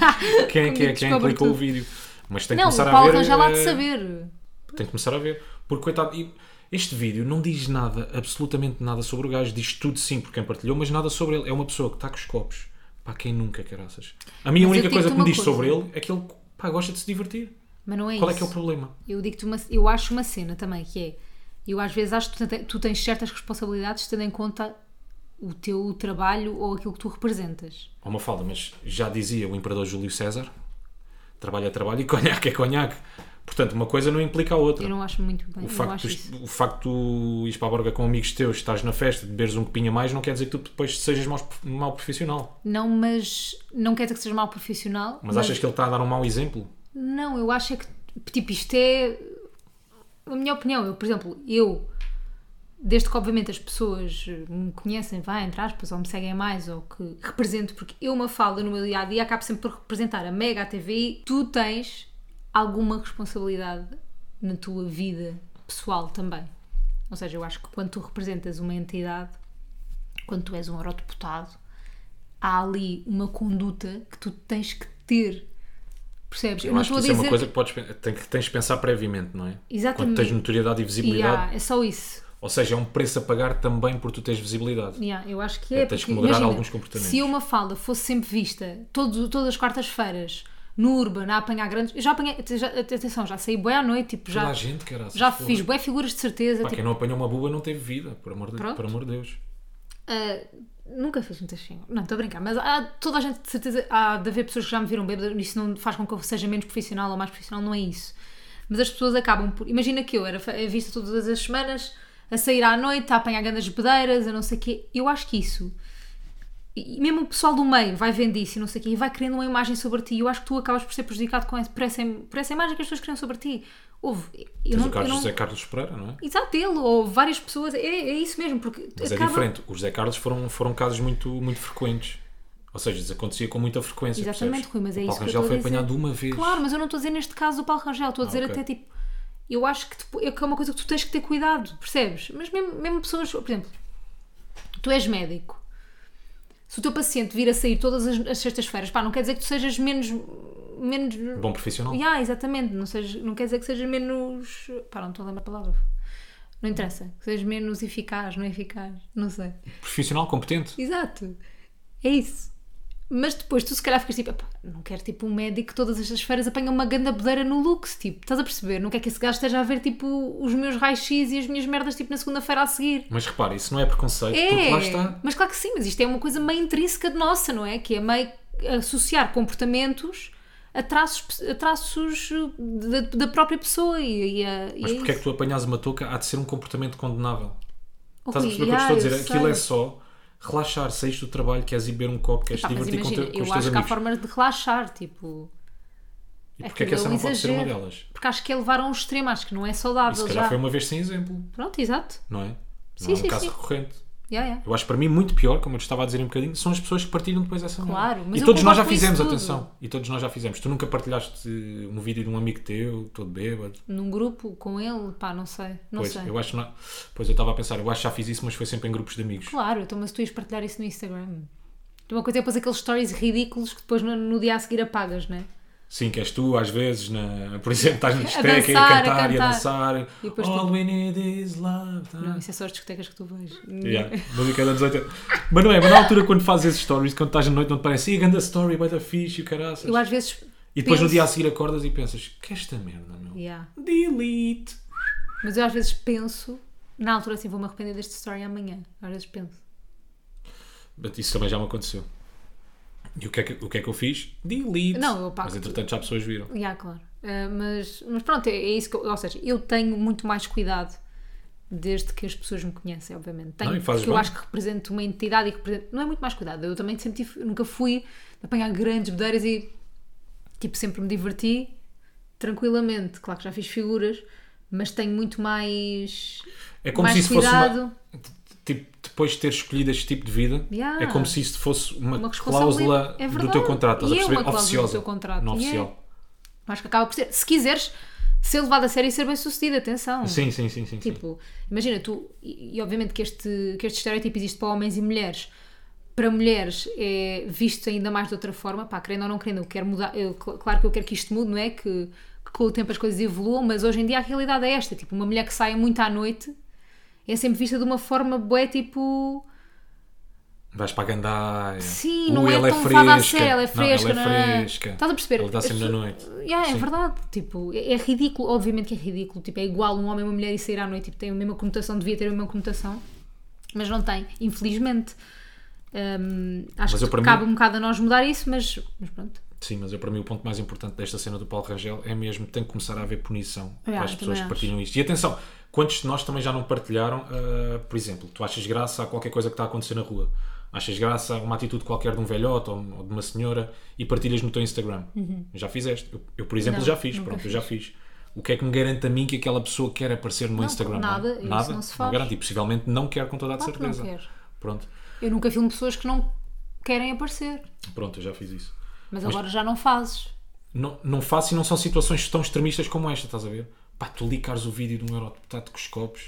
S1: quem é que é
S2: Conguito
S1: quem
S2: descobre
S1: clicou o
S2: tudo.
S1: vídeo. Mas tem que
S2: Não, o
S1: começar a
S2: Paulo
S1: ver.
S2: Rangel há de
S1: eh,
S2: saber.
S1: Tem que começar a ver. Porque, coitado, e este vídeo não diz nada, absolutamente nada sobre o gajo. Diz tudo sim por quem partilhou, mas nada sobre ele. É uma pessoa que está com os copos. Pá, quem nunca, caraças? A minha
S2: Mas eu
S1: única
S2: digo-te
S1: coisa que me
S2: uma
S1: diz
S2: coisa.
S1: sobre ele é que ele pá, gosta de se divertir.
S2: Mas não é
S1: Qual é
S2: isso.
S1: que é o problema?
S2: Eu digo-te uma, eu acho uma cena também que é, eu às vezes acho que tu, te- tu tens certas responsabilidades tendo em conta o teu trabalho ou aquilo que tu representas.
S1: Há uma falda, mas já dizia o imperador Júlio César: trabalho é trabalho e conhaque é conhaque. Portanto, uma coisa não implica a outra.
S2: Eu não acho muito bem,
S1: O
S2: eu não
S1: facto,
S2: acho
S1: de
S2: isso.
S1: tu- o facto de tu ires para a borga com amigos teus, estás na festa, beberes um copinho a mais, não quer dizer que tu depois sejas mau, mau profissional.
S2: Não, mas não quer dizer que seja mal profissional.
S1: Mas, achas que ele está a dar um mau exemplo?
S2: Não, eu acho é que, tipo, isto é a minha opinião. Eu, por exemplo, eu, desde que obviamente as pessoas eh, me conhecem, vai, entre aspas, ou me seguem mais, ou que represento, porque eu uma fala no meu dia a dia acabo sempre por representar a Mega TV, tu tens alguma responsabilidade na tua vida pessoal também. Ou seja, eu acho que quando tu representas uma entidade, quando tu és um eurodeputado, há ali uma conduta que tu tens que ter. Percebes?
S1: Eu acho que isso é uma coisa que, podes, pen- tem que tens de pensar previamente, não é? Quando
S2: Exatamente.
S1: tens notoriedade e visibilidade.
S2: Yeah, é só isso.
S1: Ou seja, é um preço a pagar também por tu teres visibilidade.
S2: Yeah, eu acho que é.
S1: É, tens que
S2: porque,
S1: moderar alguns comportamentos.
S2: Se uma fala fosse sempre vista todos, todas as quartas-feiras no Urban a apanhar grandes. Eu já apanhei. já- atenção, já saí boa à noite, tipo,
S1: Toda
S2: já,
S1: a gente, caraças,
S2: já
S1: porra.
S2: fiz boé figuras de certeza.
S1: Pá,
S2: tipo,
S1: quem não apanhou uma buba não teve vida, por amor de,
S2: Pronto.
S1: por amor de Deus.
S2: ah, nunca fiz muitas figuras. Não, estou a brincar, mas há, toda a gente de certeza. Há de haver pessoas que já me viram bêbada, isso não faz com que eu seja menos profissional ou mais profissional, não é isso. Mas as pessoas acabam por. Imagina que eu era fa- vista todas as semanas a sair à noite, a apanhar grandes bedeiras, a não sei o quê. Eu acho que isso e mesmo o pessoal do meio vai vendo isso e não sei o quê, e vai criando uma imagem sobre ti, e eu acho que tu acabas por ser prejudicado com essa, por, essa, por essa imagem que as pessoas criam sobre ti. Houve. Eu
S1: Tens
S2: não,
S1: o caso do
S2: eu não-
S1: José Carlos Pereira, não é?
S2: Exato, ele, ou várias pessoas, é, é isso mesmo, porque
S1: Mas é
S2: acaba-
S1: diferente. Os José Carlos foram, foram casos muito, muito frequentes. Ou seja, isso acontecia com muita frequência.
S2: Exatamente,
S1: percebes?
S2: Rui, mas é
S1: o
S2: isso
S1: Paulo
S2: que eu
S1: Rangel
S2: estou a
S1: foi
S2: dizer.
S1: apanhado uma vez.
S2: Claro, mas eu não estou a dizer neste caso do Paulo Rangel, estou a dizer
S1: Ah, ok.
S2: até tipo. Eu acho que depo- é que é uma coisa que tu tens que ter cuidado, percebes? Mas mesmo, mesmo pessoas, por exemplo, tu és médico. Se o teu paciente vir a sair todas as, as sextas-feiras, pá, não quer dizer que tu sejas menos. menos
S1: Bom profissional.
S2: Yeah, exatamente. Não, seja, não quer dizer que seja menos. Pá, não estou a lembrar a palavra. Não interessa. Que seja menos eficaz, não eficaz. Não sei.
S1: Profissional, competente.
S2: Exato. É isso. Mas depois tu se calhar ficas tipo, "Epá, não quero tipo um médico que todas estas feiras apanha uma ganda bodeira no Lux, tipo, estás a perceber? Não quer que esse gajo esteja a ver tipo os meus raios-x e as minhas merdas tipo na segunda-feira a seguir.
S1: Mas repara, isso não é preconceito, porque lá
S2: É,
S1: está.
S2: mas claro que sim, mas isto é uma coisa meio intrínseca de nossa, não é? Que é meio associar comportamentos a traços, a traços da, da própria pessoa e, e a.
S1: Mas
S2: e é
S1: porque é que
S2: isso.
S1: tu apanhas uma touca há de ser um comportamento condenável? Estás a
S2: Rui,
S1: perceber o que eu
S2: yeah,
S1: estou a dizer?
S2: eu
S1: Aquilo é
S2: sei.
S1: só relaxar, saís do trabalho, queres ir beber um copo, queres
S2: Pá, mas
S1: divertir com,
S2: imagina,
S1: te, com os
S2: eu
S1: teus
S2: acho que há
S1: amigos.
S2: formas de relaxar, tipo.
S1: E porque é que
S2: aquilo
S1: essa
S2: é um
S1: não pode ser uma
S2: exagero.
S1: delas?
S2: Porque acho que é levar a um extremo, acho que não é
S1: E
S2: saudável
S1: se calhar
S2: já.
S1: foi uma vez sem exemplo,
S2: Pronto, exato.
S1: não é? Não
S2: Sim,
S1: é um
S2: sim,
S1: caso
S2: sim.
S1: recorrente.
S2: Yeah, yeah.
S1: Eu acho para mim muito pior, como eu te estava a dizer um bocadinho, são as pessoas que partilham depois essa merda.
S2: Claro, mas
S1: E
S2: eu
S1: todos nós já
S2: concordo com isso
S1: fizemos,
S2: tudo.
S1: atenção. E todos nós já fizemos. Tu nunca partilhaste eh, um vídeo de um amigo teu, todo bêbado.
S2: Num grupo, com ele, pá, não sei. Não
S1: pois,
S2: sei.
S1: eu acho que não. Pois eu estava a pensar, eu acho que já fiz isso, mas foi sempre em grupos de amigos.
S2: Claro, então, mas tu ias partilhar isso no Instagram. Uma coisa é depois aqueles stories ridículos que depois no, no dia a seguir apagas, né?
S1: Sim, que és tu, às vezes, na... por exemplo, estás na discoteca
S2: dançar,
S1: e
S2: a
S1: a cantar e a
S2: cantar.
S1: dançar.
S2: E depois
S1: All
S2: tu-
S1: we need is love. tá?
S2: Não, isso é só as discotecas que tu vês.
S1: Yeah, música dos anos 80. Mas não é, mas na altura quando fazes esses stories, quando estás à noite, não te parece, e ganda story, bada fixe, e o caraças.
S2: Eu às vezes.
S1: E depois no
S2: penso-
S1: dia a seguir acordas e pensas, que é esta merda, meu.
S2: Yeah.
S1: Delete.
S2: Mas eu às vezes penso, na altura assim, vou-me arrepender deste story amanhã. Às vezes penso.
S1: But Isso também já me aconteceu. E o que é que, o que, é que eu fiz? Delete.
S2: Não, eu apago
S1: Mas entretanto já pessoas viram.
S2: Yeah, claro. Ah, mas, mas pronto, é, é isso que eu. Ou seja, eu tenho muito mais cuidado desde que as pessoas me conhecem, obviamente. Tenho,
S1: Não, e fazes
S2: porque eu
S1: bem.
S2: acho que represento uma entidade e que represento. Não é muito mais cuidado. Eu também sempre tive, nunca fui de apanhar grandes bedeiras e tipo, sempre me diverti tranquilamente. Claro que já fiz figuras, mas tenho muito mais.
S1: É como
S2: mais
S1: se isso fosse
S2: cuidado.
S1: uma, tipo, depois de ter escolhido este tipo de vida,
S2: Yeah.
S1: é como se isso fosse uma,
S2: Uma
S1: cláusula
S2: responsabilidade. É
S1: do
S2: verdade.
S1: teu contrato, estás
S2: E é
S1: a perceber?
S2: uma cláusula do
S1: Oficiosa.
S2: teu contrato.
S1: Não
S2: E é.
S1: oficial.
S2: Acho que acaba por ser. Se quiseres ser levado a sério e ser bem sucedido, atenção.
S1: Sim, sim, sim, sim. sim.
S2: Tipo, imagina, tu, e, e obviamente que este, que este estereótipo existe para homens e mulheres. Para mulheres é visto ainda mais de outra forma, pá, querendo ou não querendo, eu quero mudar, eu, cl- claro que eu quero que isto mude, não é? Que, que com o tempo as coisas evoluam, mas hoje em dia a realidade é esta, tipo, uma mulher que sai muito à noite é sempre vista de uma forma bué, tipo,
S1: Vais para a gandaia.
S2: sim,
S1: Ui,
S2: não é
S1: ela
S2: tão
S1: é
S2: levada a
S1: fresca.
S2: sério, ela é fresca,
S1: não,
S2: não,
S1: ela é
S2: é?
S1: fresca.
S2: Estás a perceber?
S1: Ela está
S2: As
S1: sempre na
S2: pessoas-
S1: noite.
S2: Yeah, é
S1: Sim.
S2: verdade, tipo, é, é ridículo, obviamente que é ridículo, tipo, é igual um homem e uma mulher e sair à noite, tipo, tem a mesma conotação, devia ter a mesma conotação, mas não tem, infelizmente. Hum, acho
S1: Mas eu,
S2: que
S1: para mim-
S2: cabe um bocado a nós mudar isso, mas, mas pronto.
S1: Sim, mas eu, para mim o ponto mais importante desta cena do Paulo Rangel é mesmo que tem que começar a haver punição
S2: Ah,
S1: para as
S2: também
S1: pessoas que
S2: acho.
S1: partilham isto. E atenção, quantos de nós também já não partilharam, ah, por exemplo, tu achas graça a qualquer coisa que está a acontecer na rua? Achas graça a uma atitude qualquer de um velhote ou, ou de uma senhora e partilhas no teu Instagram? Já fizeste? Eu, eu, por exemplo,
S2: Uhum. Não,
S1: já fiz.
S2: nunca
S1: Pronto, eu
S2: fiz.
S1: já fiz. O que é que me garante a mim que aquela pessoa quer aparecer no meu
S2: Não,
S1: Instagram?
S2: nada, isso
S1: nada.
S2: não se faz.
S1: garante. E possivelmente não quer com toda a
S2: Claro que não
S1: certeza.
S2: quer.
S1: Pronto,
S2: Eu nunca filmo pessoas que não querem aparecer,
S1: pronto, eu já fiz isso.
S2: mas agora já não fazes.
S1: não, não faço e não são situações tão extremistas como esta, estás a ver? Pá, tu licares o vídeo de um eurodeputado com os copos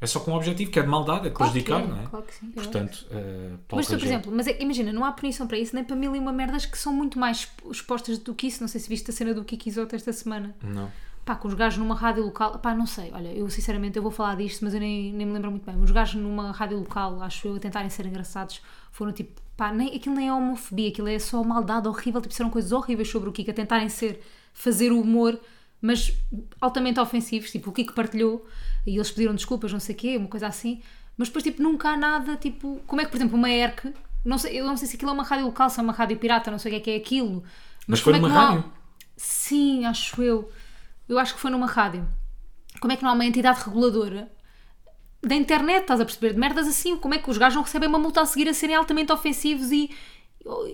S1: é só com um objetivo, que é de maldade, é de
S2: Claro que
S1: prejudicar,
S2: é,
S1: não é?
S2: claro que sim, eu
S1: Portanto, eh, Paulo
S2: Mas tu, por
S1: Rangel-
S2: exemplo, mas é- imagina, não há punição para isso, nem para mil e uma merdas que são muito mais expostas do que isso. Não sei se viste a cena do Kiki Isoto esta semana.
S1: Não.
S2: Pá, com os gajos numa rádio local. Pá, não sei, olha, eu sinceramente eu vou falar disto, mas eu nem, nem me lembro muito bem. Os gajos numa rádio local, acho eu, a tentarem ser engraçados, foram tipo, pá, nem, aquilo nem é homofobia, aquilo é só maldade horrível. Tipo, serão coisas horríveis sobre o Kiko, a tentarem ser, fazer o humor, mas altamente ofensivos. Tipo, o Kiko partilhou e eles pediram desculpas, não sei o quê, uma coisa assim. Mas depois, tipo, nunca há nada, tipo, como é que, por exemplo, uma ERC, não sei, eu não sei se aquilo é uma rádio local, se é uma rádio pirata, não sei o que é que é aquilo.
S1: Mas foi
S2: como é que
S1: numa
S2: não há-
S1: rádio?
S2: Sim, acho eu. Eu acho que foi numa rádio. Como é que não há uma entidade reguladora da internet, estás a perceber? De merdas assim, como é que os gajos não recebem uma multa a seguir a serem altamente ofensivos e,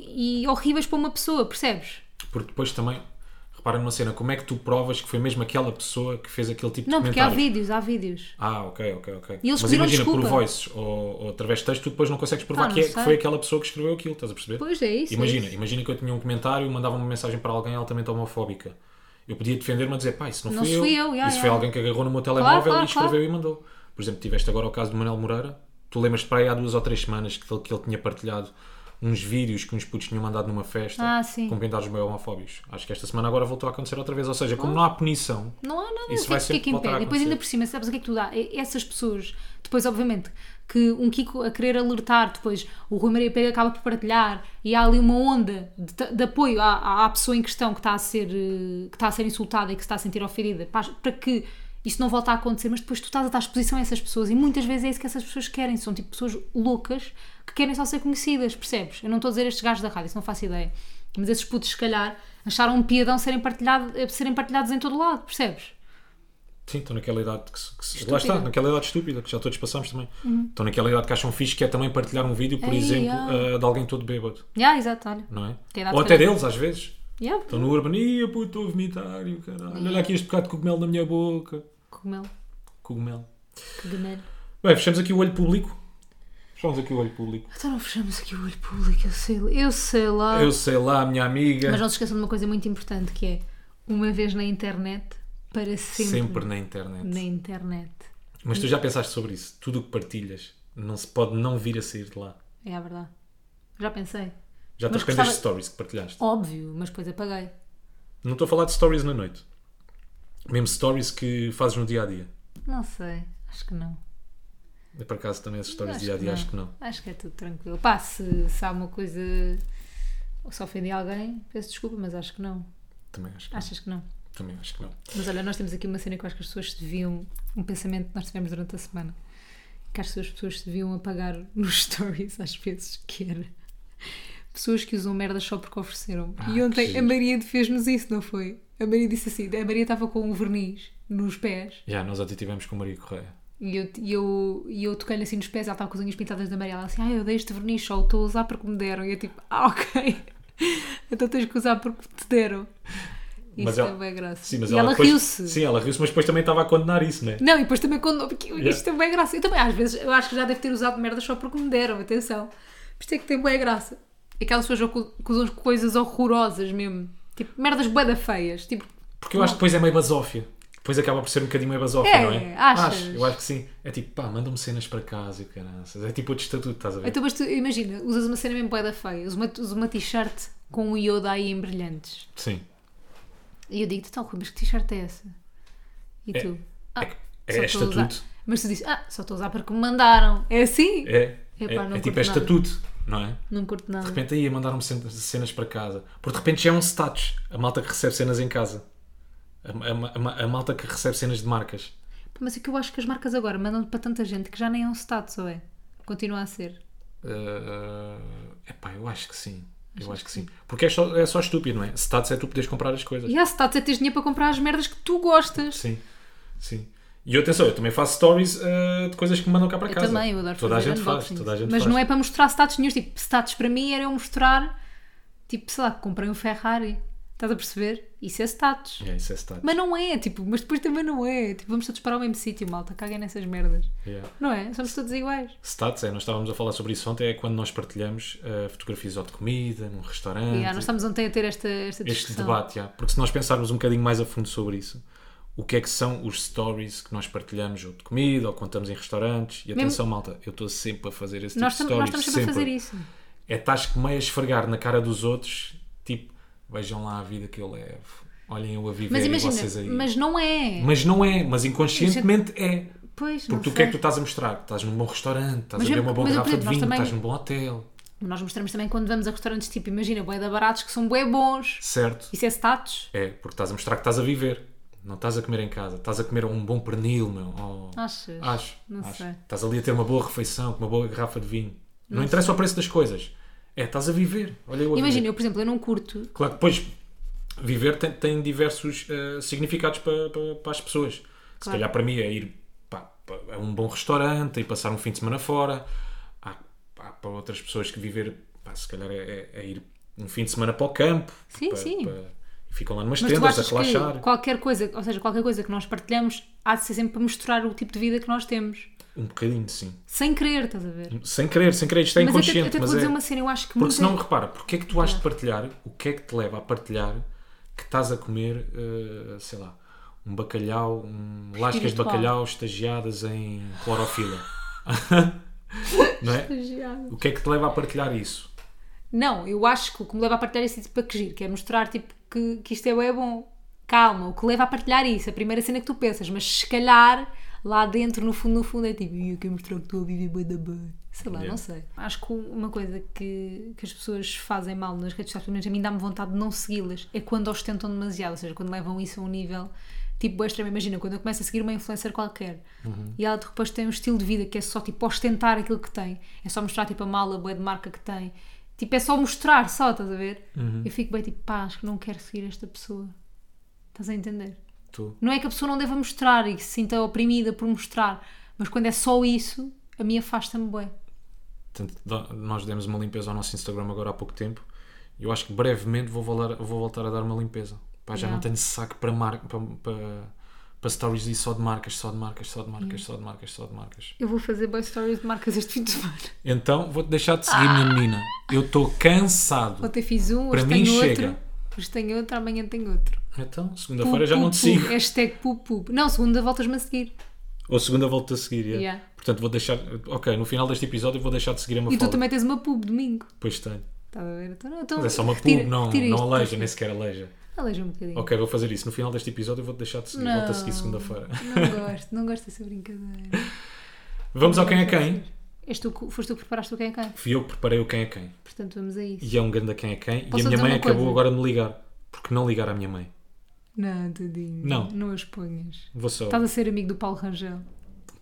S2: e horríveis para uma pessoa, percebes?
S1: Porque depois também, repara numa cena, como é que tu provas que foi mesmo aquela pessoa que fez aquele tipo
S2: Não,
S1: de
S2: porque há
S1: comentário?
S2: vídeos, há vídeos.
S1: Ah, ok, ok, ok.
S2: E eles
S1: Mas
S2: pediram
S1: imagina,
S2: desculpa.
S1: por voices ou, ou através de texto, tu depois não consegues provar
S2: não
S1: que, é-
S2: sei.
S1: que foi aquela pessoa que escreveu aquilo, estás a perceber?
S2: Pois é isso. é
S1: Imagina,
S2: isso.
S1: imagina que eu tinha um comentário e mandava uma mensagem para alguém altamente homofóbica. Eu podia defender-me a dizer, pá, isso não,
S2: Não
S1: fui eu.
S2: fui eu, yeah,
S1: isso
S2: yeah.
S1: foi alguém que agarrou no meu telemóvel
S2: claro,
S1: e escreveu
S2: claro.
S1: e mandou. Por exemplo, tiveste agora o caso do Manuel Moreira. Tu lembras-te para aí há duas ou três semanas que ele, que ele tinha partilhado uns vídeos que uns putos tinham mandado numa festa
S2: Ah, sim.
S1: com comentários meio homofóbicos. Acho que esta semana agora voltou a acontecer outra vez. Ou seja,
S2: Ah.
S1: como não há punição,
S2: Não há nada.
S1: Isso vai
S2: o que, é que- o que é que
S1: sempre voltar
S2: impede?
S1: a
S2: E depois, ainda
S1: acontecer.
S2: por cima, sabes o que é que tu dá? É- Essas pessoas, depois, obviamente, que um Kiko a querer alertar, depois o Rui Maria Pega acaba por partilhar e há ali uma onda de, ta- de apoio à, à pessoa em questão que está, a ser, eh, que está a ser insultada e que se está a sentir ofendida, para, para que isso não volte a acontecer, mas depois tu estás a dar exposição a essas pessoas e muitas vezes é isso que essas pessoas querem. São tipo pessoas loucas que querem só ser conhecidas, percebes? Eu não estou a dizer estes gajos da rádio, isso não faço ideia. Mas esses putos, se calhar, acharam um piadão serem, partilhado, eh, serem partilhados em todo lado, percebes?
S1: sim, estão naquela idade que, se- que se-
S2: Estúpida. Uhum.
S1: lá está, naquela idade estúpida, que já todos passamos também. Estão naquela idade que acham fixe, que é também partilhar um vídeo, por
S2: Ei,
S1: exemplo,
S2: ah.
S1: ah, de alguém todo bêbado,
S2: Yeah, exato, olha.
S1: não é?
S2: Que idade
S1: Ou até
S2: que era?
S1: deles, às vezes.
S2: Yeah,
S1: Estou no Urban, ia puto, estou a vomitar, e o caralho. Olha aqui este bocado de cogumelo na minha boca.
S2: cogumelo,
S1: Cogumelo.
S2: cogumelo.
S1: Bem, fechamos aqui o olho público. Fechamos aqui o olho público.
S2: Então não fechamos aqui o olho público, eu sei, eu sei lá.
S1: Eu sei lá, minha amiga.
S2: Mas não se esqueçam de uma coisa muito importante que é uma vez na internet, para sempre,
S1: Sempre na internet.
S2: na internet.
S1: Mas tu já pensaste sobre isso? Tudo o que partilhas não se pode não vir a sair de lá.
S2: É a verdade. Já pensei.
S1: Já te
S2: Mas
S1: arrependes
S2: gostava-
S1: de stories que partilhaste.
S2: Óbvio, mas depois apaguei.
S1: Não estou a falar de stories na noite. Mesmo stories que fazes no dia a dia.
S2: Não sei, acho que não.
S1: Eu, por acaso também essas
S2: Acho
S1: histórias dia a
S2: que
S1: dia acho que não.
S2: Acho que é tudo tranquilo. Pá, se, se há uma coisa ou se ofendi alguém, peço desculpa, mas acho que não.
S1: Também acho que não.
S2: Achas que não?
S1: Também acho que não.
S2: Mas olha, nós temos aqui uma cena que eu acho que as pessoas se deviam, um pensamento que nós tivemos durante a semana, que acho que as pessoas se deviam apagar nos stories às vezes, que era pessoas que usam merdas só porque ofereceram. e
S1: Ah,
S2: ontem
S1: que
S2: a
S1: giro.
S2: Maria fez-nos isso, não foi? A Maria disse assim, a Maria estava com um verniz nos pés
S1: Já, nós até tivemos com o Maria Correia.
S2: e eu, e eu, e eu toquei-lhe assim nos pés, ela estava com as unhas pintadas de amarelo, ela assim, ah, eu dei este verniz só, o estou a usar porque me deram. E eu tipo, ah, ok, então tens que usar porque te deram. Isso
S1: Mas
S2: foi
S1: ela-
S2: bem graça.
S1: Sim, mas
S2: e ela
S1: depois-
S2: riu-se.
S1: Sim, ela riu-se, mas depois também estava a condenar isso, não é?
S2: Não, e depois também quando. Porque
S1: Yeah.
S2: isto tem bem graça. Eu também, às vezes, eu acho que já devo ter usado merda só porque me deram, atenção. Por isso é que tem bem graça. Aquelas pessoas que que usam coisas horrorosas mesmo. Tipo, merdas bada feias. Tipo,
S1: Porque eu acho que depois é meio basófia. Depois acaba por ser um bocadinho meio basófia,
S2: É,
S1: não é?
S2: achas?
S1: Acho, eu acho que sim. É tipo, pá, mandam-me cenas para casa e o caraças. É tipo outro estatuto, estás a ver?
S2: então, mas tu, imagina, usas uma cena mesmo bada feia. Usas uma, usas uma t-shirt com um Yoda aí em brilhantes.
S1: Sim.
S2: E eu digo-te, então, Rui, mas que t-shirt é essa? E
S1: É-
S2: tu?
S1: é que- é
S2: ah, só estou a usar."
S1: estatuto.
S2: Mas tu dizes, ah, só estou a usar porque me mandaram. É assim?
S1: É, é,
S2: Epá, não
S1: é tipo,
S2: curto
S1: é
S2: nada.
S1: estatuto, não é?
S2: Não curto nada.
S1: De repente aí mandaram-me cen- cenas para casa. Porque de repente já é um status. A malta que recebe cenas em casa. A, a- a- a malta que recebe cenas de marcas.
S2: Mas é que eu acho que as marcas agora mandam para tanta gente que já nem é um status, ou é? Continua a ser.
S1: é pá, eu acho que sim. eu acho que sim. Porque é só, é só estúpido, não é? Status é tu poderes comprar as coisas.
S2: E há status é teres dinheiro para comprar as merdas que tu gostas.
S1: Sim, sim. E eu, atenção, eu também faço stories eh, de coisas que me mandam cá para
S2: Eu
S1: casa.
S2: também, eu adoro
S1: toda
S2: fazer
S1: a gente faz,
S2: unboxings.
S1: toda a gente
S2: Mas
S1: faz.
S2: não é para mostrar status nenhum. Tipo, status para mim era eu mostrar, tipo, sei lá, que comprei um Ferrari. Estás a perceber? Isso é status.
S1: É, isso é status.
S2: Mas não é, tipo, mas depois também não é. Tipo, vamos todos para o mesmo sítio, malta. Caguem nessas merdas.
S1: Yeah.
S2: Não é? Somos todos iguais.
S1: Status, é, nós estávamos a falar sobre isso ontem, é quando nós partilhamos eh, fotografias ou de comida, num restaurante.
S2: E, ah, nós estamos ontem a ter esta, esta
S1: este
S2: discussão.
S1: debate, yeah. porque se nós pensarmos um bocadinho mais a fundo sobre isso, o que é que são os stories que nós partilhamos ou de comida ou contamos em restaurantes? E atenção, malta, eu estou sempre a fazer esse
S2: Nós,
S1: tipo
S2: tam- nós
S1: de stories.
S2: estamos sempre, a fazer isso.
S1: É estás que meio a esfregar na cara dos outros, tipo, vejam lá a vida que eu levo, olhem eu a viver
S2: Mas
S1: e
S2: imagina,
S1: vocês aí.
S2: mas não é.
S1: Mas não é, mas inconscientemente é.
S2: Pois, não
S1: Porque tu o
S2: sei.
S1: que é que tu estás a mostrar? Estás num bom restaurante, estás
S2: Mas
S1: a beber
S2: eu-
S1: uma boa
S2: mas eu
S1: garrafa de
S2: acredito,
S1: vinho,
S2: nós também-
S1: estás num bom hotel,
S2: Nós mostramos também quando vamos a restaurantes tipo, imagina, bué da baratos que são bué bons.
S1: certo?
S2: Isso é status?
S1: É, porque estás a mostrar que estás a viver. Não estás a comer em casa. Estás a comer um bom pernil, meu. Oh,
S2: Achas?
S1: acho.
S2: Não
S1: acho.
S2: sei.
S1: Estás ali a ter uma boa refeição, com uma boa garrafa de vinho. Não, interessa o preço das coisas. É, estás a viver. Olha eu a
S2: Imagina,
S1: viver.
S2: eu, por exemplo, eu não curto.
S1: Claro que depois, viver tem, tem diversos eh, significados para, para, para as pessoas. Se
S2: Claro.
S1: calhar para mim é ir pá, pa- a um bom restaurante e passar um fim de semana fora. Há, pá, para outras pessoas que viver, pá, se calhar é, é- é ir um fim de semana para o campo.
S2: Sim,
S1: pa-
S2: sim.
S1: pa- e ficam lá numas
S2: Mas tu
S1: tendas a
S2: achas
S1: relaxar.
S2: que qualquer coisa, ou seja, qualquer coisa que nós partilhamos, há de ser sempre para mostrar o tipo de vida que nós temos.
S1: Um bocadinho, sim.
S2: Sem querer, estás a ver?
S1: Sem querer, sem querer. Isto é
S2: mas até,
S1: inconsciente.
S2: até te
S1: mas
S2: vou dizer
S1: é.
S2: uma cena, eu acho que
S1: Porque senão,
S2: muito.
S1: repara, porque é que tu has de partilhar? O que é que te leva a partilhar que estás a comer, eh, sei lá, um bacalhau, um lascas de
S2: Espiritual.
S1: bacalhau estagiadas em clorofila? não é? O que é que te leva a partilhar isso?
S2: Não, eu acho que o que me leva a partilhar isso é tipo, para que giro, que é mostrar tipo, que, que isto é bué bom. Calma, o que leva a partilhar é isso, a primeira cena que tu pensas, mas se calhar lá dentro, no fundo, no fundo, é tipo, "Ih, eu quero mostrar que estou a viver bué da bem. Sei lá,
S1: Yeah.
S2: não sei. Acho que uma coisa que, que as pessoas fazem mal nas redes sociais, pelo menos a mim dá-me vontade de não segui-las, é quando ostentam demasiado, ou seja, quando levam isso a um nível tipo bué extremo. Imagina, quando eu começo a seguir uma influencer qualquer e ela de repente tem um estilo de vida que é só tipo ostentar aquilo que tem, é só mostrar tipo a mala bué de marca que tem, tipo é só mostrar, só, estás a ver? Eu fico bem tipo, pá, acho que não quero seguir esta pessoa. Estás a entender?
S1: Tu?
S2: Não é que a pessoa não deva mostrar e que se sinta oprimida por mostrar, mas quando é só isso, a mim afasta-me bué.
S1: Portanto, dá- nós demos uma limpeza ao nosso Instagram agora há pouco tempo. Eu acho que brevemente vou, volar- vou voltar a dar uma limpeza. Pá, já
S2: Yeah.
S1: não tenho saco para, mar, para, para, para stories e só de marcas, só de marcas, só de
S2: Hum.
S1: marcas, só de marcas, só de marcas.
S2: Eu vou fazer boy stories de marcas este fim de semana.
S1: Então vou-te deixar de seguir, minha menina. Eu estou cansado.
S2: Ontem fiz um,
S1: Para
S2: hoje
S1: mim,
S2: tenho
S1: chega.
S2: outro. Hoje tenho outro, amanhã tenho outro.
S1: Então,
S2: Pup,
S1: segunda-feira já não
S2: pup,
S1: te
S2: pup.
S1: sigo.
S2: Hashtag pup, pup. Não, segunda voltas-me a seguir.
S1: Ou segunda volta a seguir, yeah.
S2: Yeah.
S1: Portanto, vou deixar. Ok, no final deste episódio eu vou deixar de seguir a
S2: E tu
S1: Mafalda.
S2: também tens uma pub domingo.
S1: Pois tenho.
S2: Estás a ver? Então, não, então,
S1: Mas é só uma
S2: retira-
S1: pub, não,
S2: retira
S1: não
S2: isto.
S1: aleja, nem sequer aleja.
S2: Aleja um bocadinho.
S1: Ok, vou fazer isso. No final deste episódio eu vou-te deixar de seguir.
S2: Não.
S1: Volto a seguir segunda-feira.
S2: Não gosto, não gosto dessa brincadeira.
S1: Vamos ao
S2: Não
S1: Então, quem é
S2: gosto
S1: quem.
S2: dessa- És tu que- foste tu que preparaste o quem é quem.
S1: Fui eu que preparei o quem é quem.
S2: Portanto, vamos a isso.
S1: E é um grande quem é quem.
S2: Posso
S1: e a minha
S2: dizer
S1: mãe
S2: uma
S1: acabou
S2: coisa?
S1: agora de me ligar. Porque não ligar à minha mãe.
S2: Não, tadinho.
S1: Não.
S2: Não as ponhas.
S1: Vou só.
S2: Estás a ser amigo do Paulo Rangel. Estás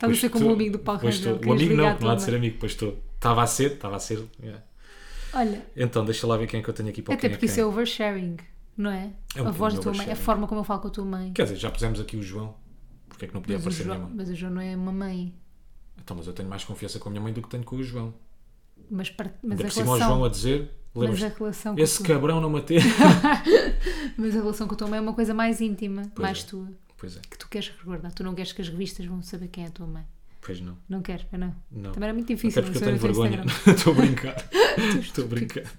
S2: a
S1: Pois
S2: ser como
S1: tu-
S2: o amigo do Paulo
S1: pois tu-
S2: Rangel.
S1: O
S2: querias
S1: amigo
S2: ligar
S1: não,
S2: à
S1: que
S2: tua
S1: não há de
S2: mãe.
S1: ser amigo, pois estou. Estava a ser, estava a ser. yeah.
S2: Olha,
S1: Então, deixa lá ver quem é que eu tenho aqui para o
S2: até
S1: quem é
S2: porque
S1: quem.
S2: isso é oversharing, não é?
S1: É um
S2: a voz da
S1: bocadinho
S2: tua mãe, a
S1: oversharing.
S2: forma como eu falo com a tua mãe.
S1: Quer dizer, já pusemos aqui o João. Porque é que não podia
S2: Mas o,
S1: aparecer a minha
S2: João,
S1: mãe?
S2: mas o João não é uma mãe.
S1: Então, mas eu tenho mais confiança com a minha mãe do que tenho com o João.
S2: Mas, par- mas,
S1: Ainda
S2: a,
S1: por cima ao João
S2: relação,
S1: a dizer,
S2: mas a
S1: lembras
S2: relação com
S1: esse
S2: a tua,
S1: cabrão não matei.
S2: mas a relação com a tua mãe é uma coisa mais íntima, mais
S1: é.
S2: tua,
S1: pois é,
S2: que tu queres recordar. Tu não queres que as revistas vão saber quem é a tua mãe.
S1: pois não.
S2: Não queres, eu não.
S1: Não.
S2: Também era muito difícil.
S1: Até porque eu
S2: saber
S1: tenho
S2: o teu
S1: vergonha.
S2: Instagram.
S1: Estou a brincar. Estou a brincar.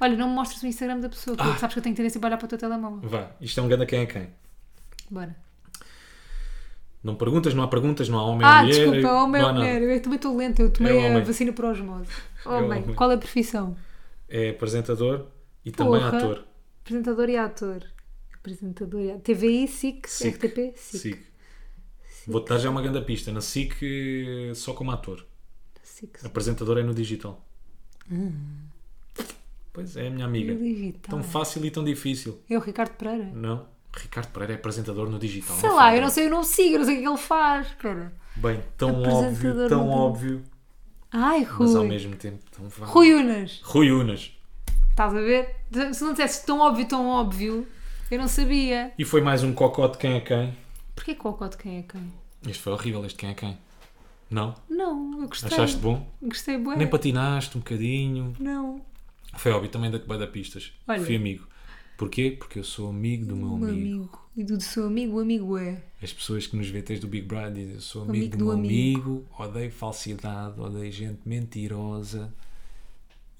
S2: Olha, não me mostres o Instagram da pessoa, que
S1: Ah.
S2: sabes que eu tenho tendência para olhar para o teu telemóvel.
S1: Vá, isto é um ganda quem é quem.
S2: Bora.
S1: Não perguntas, não há perguntas, não há homem
S2: ah,
S1: ou mulher.
S2: desculpa, homem
S1: não há
S2: ou mulher.
S1: nada.
S2: Eu também estou lenta, eu tomei
S1: É
S2: a
S1: homem.
S2: vacina por osmose. Homem,
S1: homem.
S2: qual é a profissão?
S1: É apresentador e
S2: Porra.
S1: também ator.
S2: Apresentador e ator. Apresentador e ator. TVI, SIC,
S1: SIC.
S2: RTP, SIC.
S1: SIC. Vou-te dar já uma grande pista. Na SIC, eh, só como ator.
S2: SIC.
S1: Apresentador é no digital. Pois é, minha amiga.
S2: No digital.
S1: Tão fácil e tão difícil.
S2: É o Ricardo Pereira.
S1: Não? Ricardo Pereira é apresentador no digital.
S2: Sei lá, eu não sei, eu não o sigo, eu não sei o que é que ele faz. Espera.
S1: Bem, tão óbvio,
S2: Apresentador
S1: tão
S2: no
S1: óbvio,
S2: Ai,
S1: mas ao
S2: Rui.
S1: mesmo tempo tão vago.
S2: Rui Unas.
S1: Rui Unas.
S2: Estás a ver? Se não dissesse tão óbvio, tão óbvio, eu não sabia.
S1: E foi mais um cocó de quem é quem.
S2: Porquê que o Cocó de quem é quem?
S1: Este foi horrível, este quem é quem. Não?
S2: Não, eu gostei.
S1: Achaste bom?
S2: Gostei bué.
S1: Nem patinaste um bocadinho.
S2: Não.
S1: Foi óbvio, também dei-te bué da pistas.
S2: Olha.
S1: Fui amigo. Porquê? Porque eu sou amigo do meu
S2: Um
S1: amigo.
S2: amigo. E do seu amigo, o amigo é.
S1: As pessoas que nos vê desde o Big Brother dizem eu sou amigo,
S2: Amigo
S1: do,
S2: do
S1: meu
S2: amigo."
S1: amigo, odeio falsidade, odeio gente mentirosa.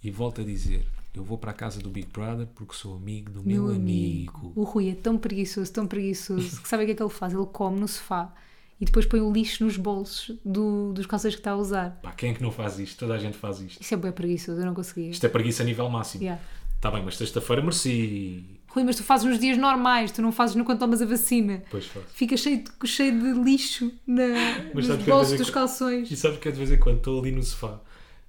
S1: E volto a dizer, eu vou para a casa do Big Brother porque sou amigo do meu, amigo.
S2: O Rui é tão preguiçoso, tão preguiçoso, que sabe o que é que ele faz? Ele come no sofá e depois põe o lixo nos bolsos do- dos calções que está a usar.
S1: Pá, quem é que não faz isto? Toda a gente faz isto.
S2: Isso é bué preguiçoso, eu não conseguia.
S1: Isto é preguiça a nível máximo.
S2: Yeah.
S1: Está bem, mas sexta-feira mereci.
S2: Rui, mas tu fazes nos dias normais, tu não fazes no quando tomas a vacina.
S1: Pois faz.
S2: Fica cheio de, cheio de lixo na,
S1: Mas
S2: nos
S1: sabes que eu
S2: bolsos
S1: tenho-
S2: dos calções.
S1: E sabes que é de vez em quando estou ali no sofá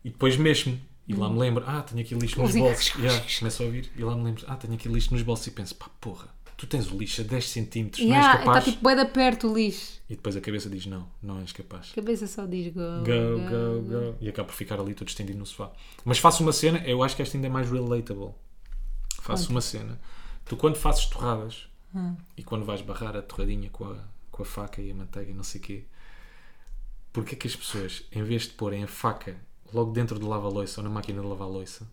S1: e depois mesmo e lá
S2: Hum.
S1: me lembro, ah, tenho aqui lixo nos
S2: Ouvi-
S1: bolsos. yeah, começo a ouvir e lá me lembro, ah, tenho aqui lixo nos bolsos e penso, pá, porra, tu tens o lixo a 10 centímetros, não és
S2: Yeah, está
S1: capaz.
S2: tipo bué da perto o lixo.
S1: E depois a cabeça diz, não, não és capaz.
S2: Cabeça só diz go,
S1: Go, go, go. E acabo por ficar ali todo estendido no sofá. Mas faço uma cena, eu acho que esta ainda é mais relatable. Faço uma cena. Tu quando fazes torradas
S2: Hum.
S1: e quando vais barrar a torradinha com a, com a faca e a manteiga e não sei o quê, porque é que as pessoas, em vez de porem a faca logo dentro do lava-loiça ou na máquina de lavar-loiça,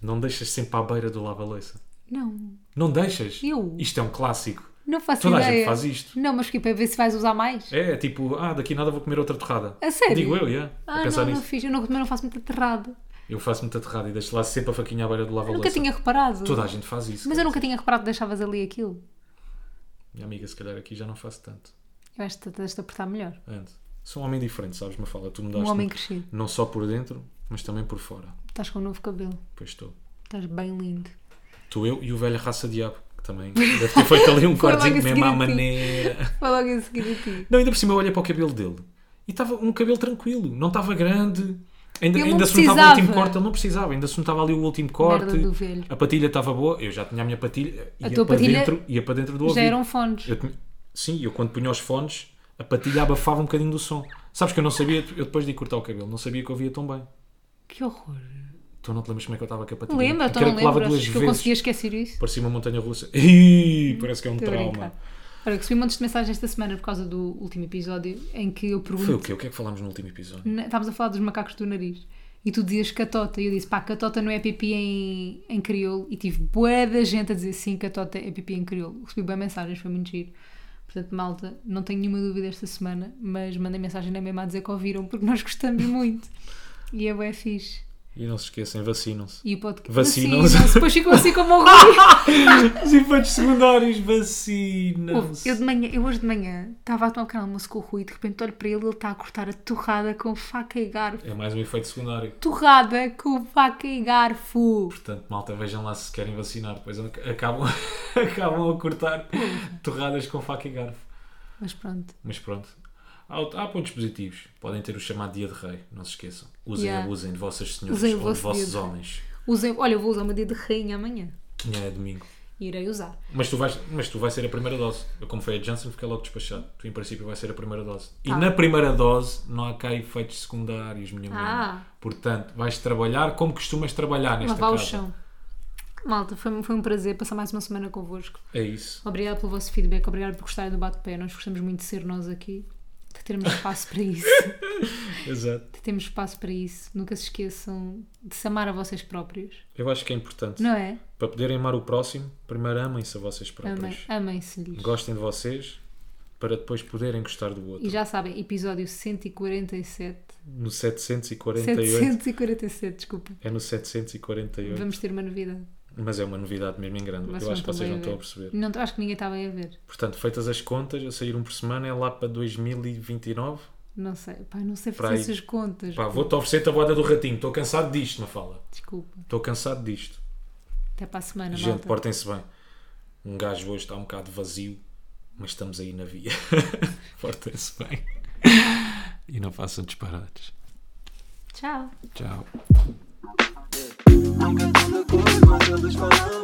S1: não deixas sempre à beira do lava-loiça?
S2: Não,
S1: Não deixas?
S2: Eu?
S1: Isto é um clássico.
S2: não faço
S1: Toda a
S2: ideia.
S1: gente faz isto.
S2: Não, mas que para ver se vais usar mais.
S1: É, é tipo, ah, daqui nada vou comer outra torrada.
S2: A sério?
S1: Digo eu, yeah. a
S2: Ah,
S1: pensar
S2: não, não
S1: nisso.
S2: fiz. Eu não, também não faço muito aterrado.
S1: Eu faço muito aterrado e deixo lá sempre a faquinha à beira do lava
S2: Nunca tinha reparado.
S1: Toda a gente faz isso.
S2: Mas eu
S1: cara.
S2: nunca tinha reparado que deixavas ali aquilo.
S1: Minha amiga, se calhar aqui já não faço tanto.
S2: Eu acho que estás a portar melhor.
S1: Antes. Sou um homem diferente, sabes, me fala. Tu
S2: Um
S1: mudaste
S2: homem crescido.
S1: não só por dentro, mas também por fora.
S2: Estás com um novo cabelo.
S1: Pois estou.
S2: Estás bem lindo.
S1: Tu, eu e o velho raça diabo, que também deve ter feito ali um
S2: Foi logo a
S1: cortezinho mesmo
S2: seguir
S1: à
S2: a ti.
S1: maneira.
S2: Vou logo em seguida a ti.
S1: Não, ainda por cima eu olhei para o cabelo dele e estava um cabelo tranquilo, não estava grande. Ainda,
S2: Ele não
S1: ainda se notava o
S2: precisava.
S1: último corte, ele não precisava, ainda se notava ali o último corte.
S2: do velho.
S1: A patilha estava boa, eu já tinha a minha patilha, ia,
S2: tua
S1: para,
S2: patilha
S1: dentro, ia para dentro do ouvido.
S2: Já eram fones.
S1: Eu tinha- Sim, eu quando punha os fones, a patilha abafava um bocadinho do som. Sabes que eu não sabia, eu depois de ir cortar o cabelo, não sabia que eu ouvia tão bem.
S2: Que horror.
S1: Tu não te lembras como é que eu estava com a patilha?
S2: Lembra?
S1: Aquilo
S2: Então não
S1: que lava
S2: lembro.
S1: duas
S2: Achas que eu
S1: vezes.
S2: conseguia esquecer isso?
S1: Parecia uma montanha russa. Ih, parece que é um
S2: Estou a
S1: trauma.
S2: brincar. Olha, recebi montes de mensagens esta semana por causa do último episódio em que eu
S1: Foi o
S2: pergunto.
S1: quê? O que é que falámos no último episódio?
S2: Na- Estávamos a falar dos macacos do nariz. E tu dizias catota. E eu disse, pá, catota não é pipi em, em crioulo. E tive bué da gente a dizer, sim, catota é pipi em crioulo. Recebi bué mensagens, foi muito giro. Portanto, malta, não tenho nenhuma dúvida esta semana, mas mandei mensagem na mesma a dizer que ouviram, porque nós gostamos muito. E é bué fixe.
S1: E não se esqueçam, vacinam-se.
S2: E o podcast.
S1: Vacinam-se.
S2: Vacinam-se, Depois ficam assim como o Rui.
S1: Os efeitos secundários,
S2: Eu, de
S1: vacinam-se.
S2: manhã, eu hoje de manhã estava a tomar um pequeno almoço com o Rui e de repente olho para ele e ele está a cortar a torrada com faca e garfo.
S1: É mais um efeito secundário.
S2: Torrada com faca e garfo.
S1: Portanto, malta, vejam lá se querem vacinar. Depois acabam, acabam a cortar torradas com faca e garfo.
S2: Mas pronto.
S1: Mas pronto. Há, out- há pontos positivos. Podem ter o chamado dia de rei, não se esqueçam. Usem e
S2: Yeah.
S1: abusem de vossas senhoras
S2: Usem o
S1: ou
S2: vosso
S1: de
S2: dia
S1: vossos
S2: de rei.
S1: homens.
S2: Usei, olha, eu vou usar uma dia de rainha amanhã.
S1: Amanhã é domingo.
S2: Irei usar.
S1: Mas tu, vais, mas tu vais ser a primeira dose. Eu, como foi a Johnson, fiquei logo despachado. Tu, em princípio, vais ser a primeira dose.
S2: Ah.
S1: E na primeira dose não há cá efeitos secundários, minha
S2: Ah.
S1: menina. Portanto, vais trabalhar como costumas trabalhar nesta
S2: Lavar o
S1: casa.
S2: chão. Malta, foi, foi um prazer passar mais uma semana convosco.
S1: É isso.
S2: Obrigada pelo vosso feedback, obrigada por gostarem do bate-pé. Nós gostamos muito de ser nós aqui, de termos espaço para isso.
S1: Exato.
S2: De termos espaço para isso. Nunca se esqueçam de se amar a vocês próprios,
S1: Eu acho que é importante.
S2: não é?
S1: Para poderem amar o próximo, primeiro amem-se a vocês
S2: Amem-
S1: próprios.
S2: Amem-se-lhes.
S1: Gostem de vocês para depois poderem gostar do outro.
S2: E já sabem, episódio 147.
S1: No 748.
S2: 747, desculpa.
S1: É no 748.
S2: Vamos ter uma novidade.
S1: Mas é uma novidade mesmo em grande.
S2: Mas
S1: eu acho que
S2: não
S1: vocês
S2: estão bem
S1: não
S2: a
S1: estão a
S2: ver.
S1: perceber.
S2: Não, acho que ninguém está bem a ver.
S1: Portanto, feitas as contas, a sair um por semana é lá para 2029.
S2: Não sei. Pá, não sei
S1: Para
S2: fazer
S1: aí.
S2: essas contas.
S1: Pá, vou-te oferecer a boda do ratinho. Estou cansado disto, Mafalda.
S2: Desculpa.
S1: Estou cansado disto.
S2: Até para a semana,
S1: Gente,
S2: É malta.
S1: portem-se bem. Um gajo hoje está um bocado vazio, mas estamos aí na via. portem-se bem. E não façam disparates.
S2: Tchau.
S1: Tchau.
S3: Nunca tanta coisa, mas eles falam eh. eh.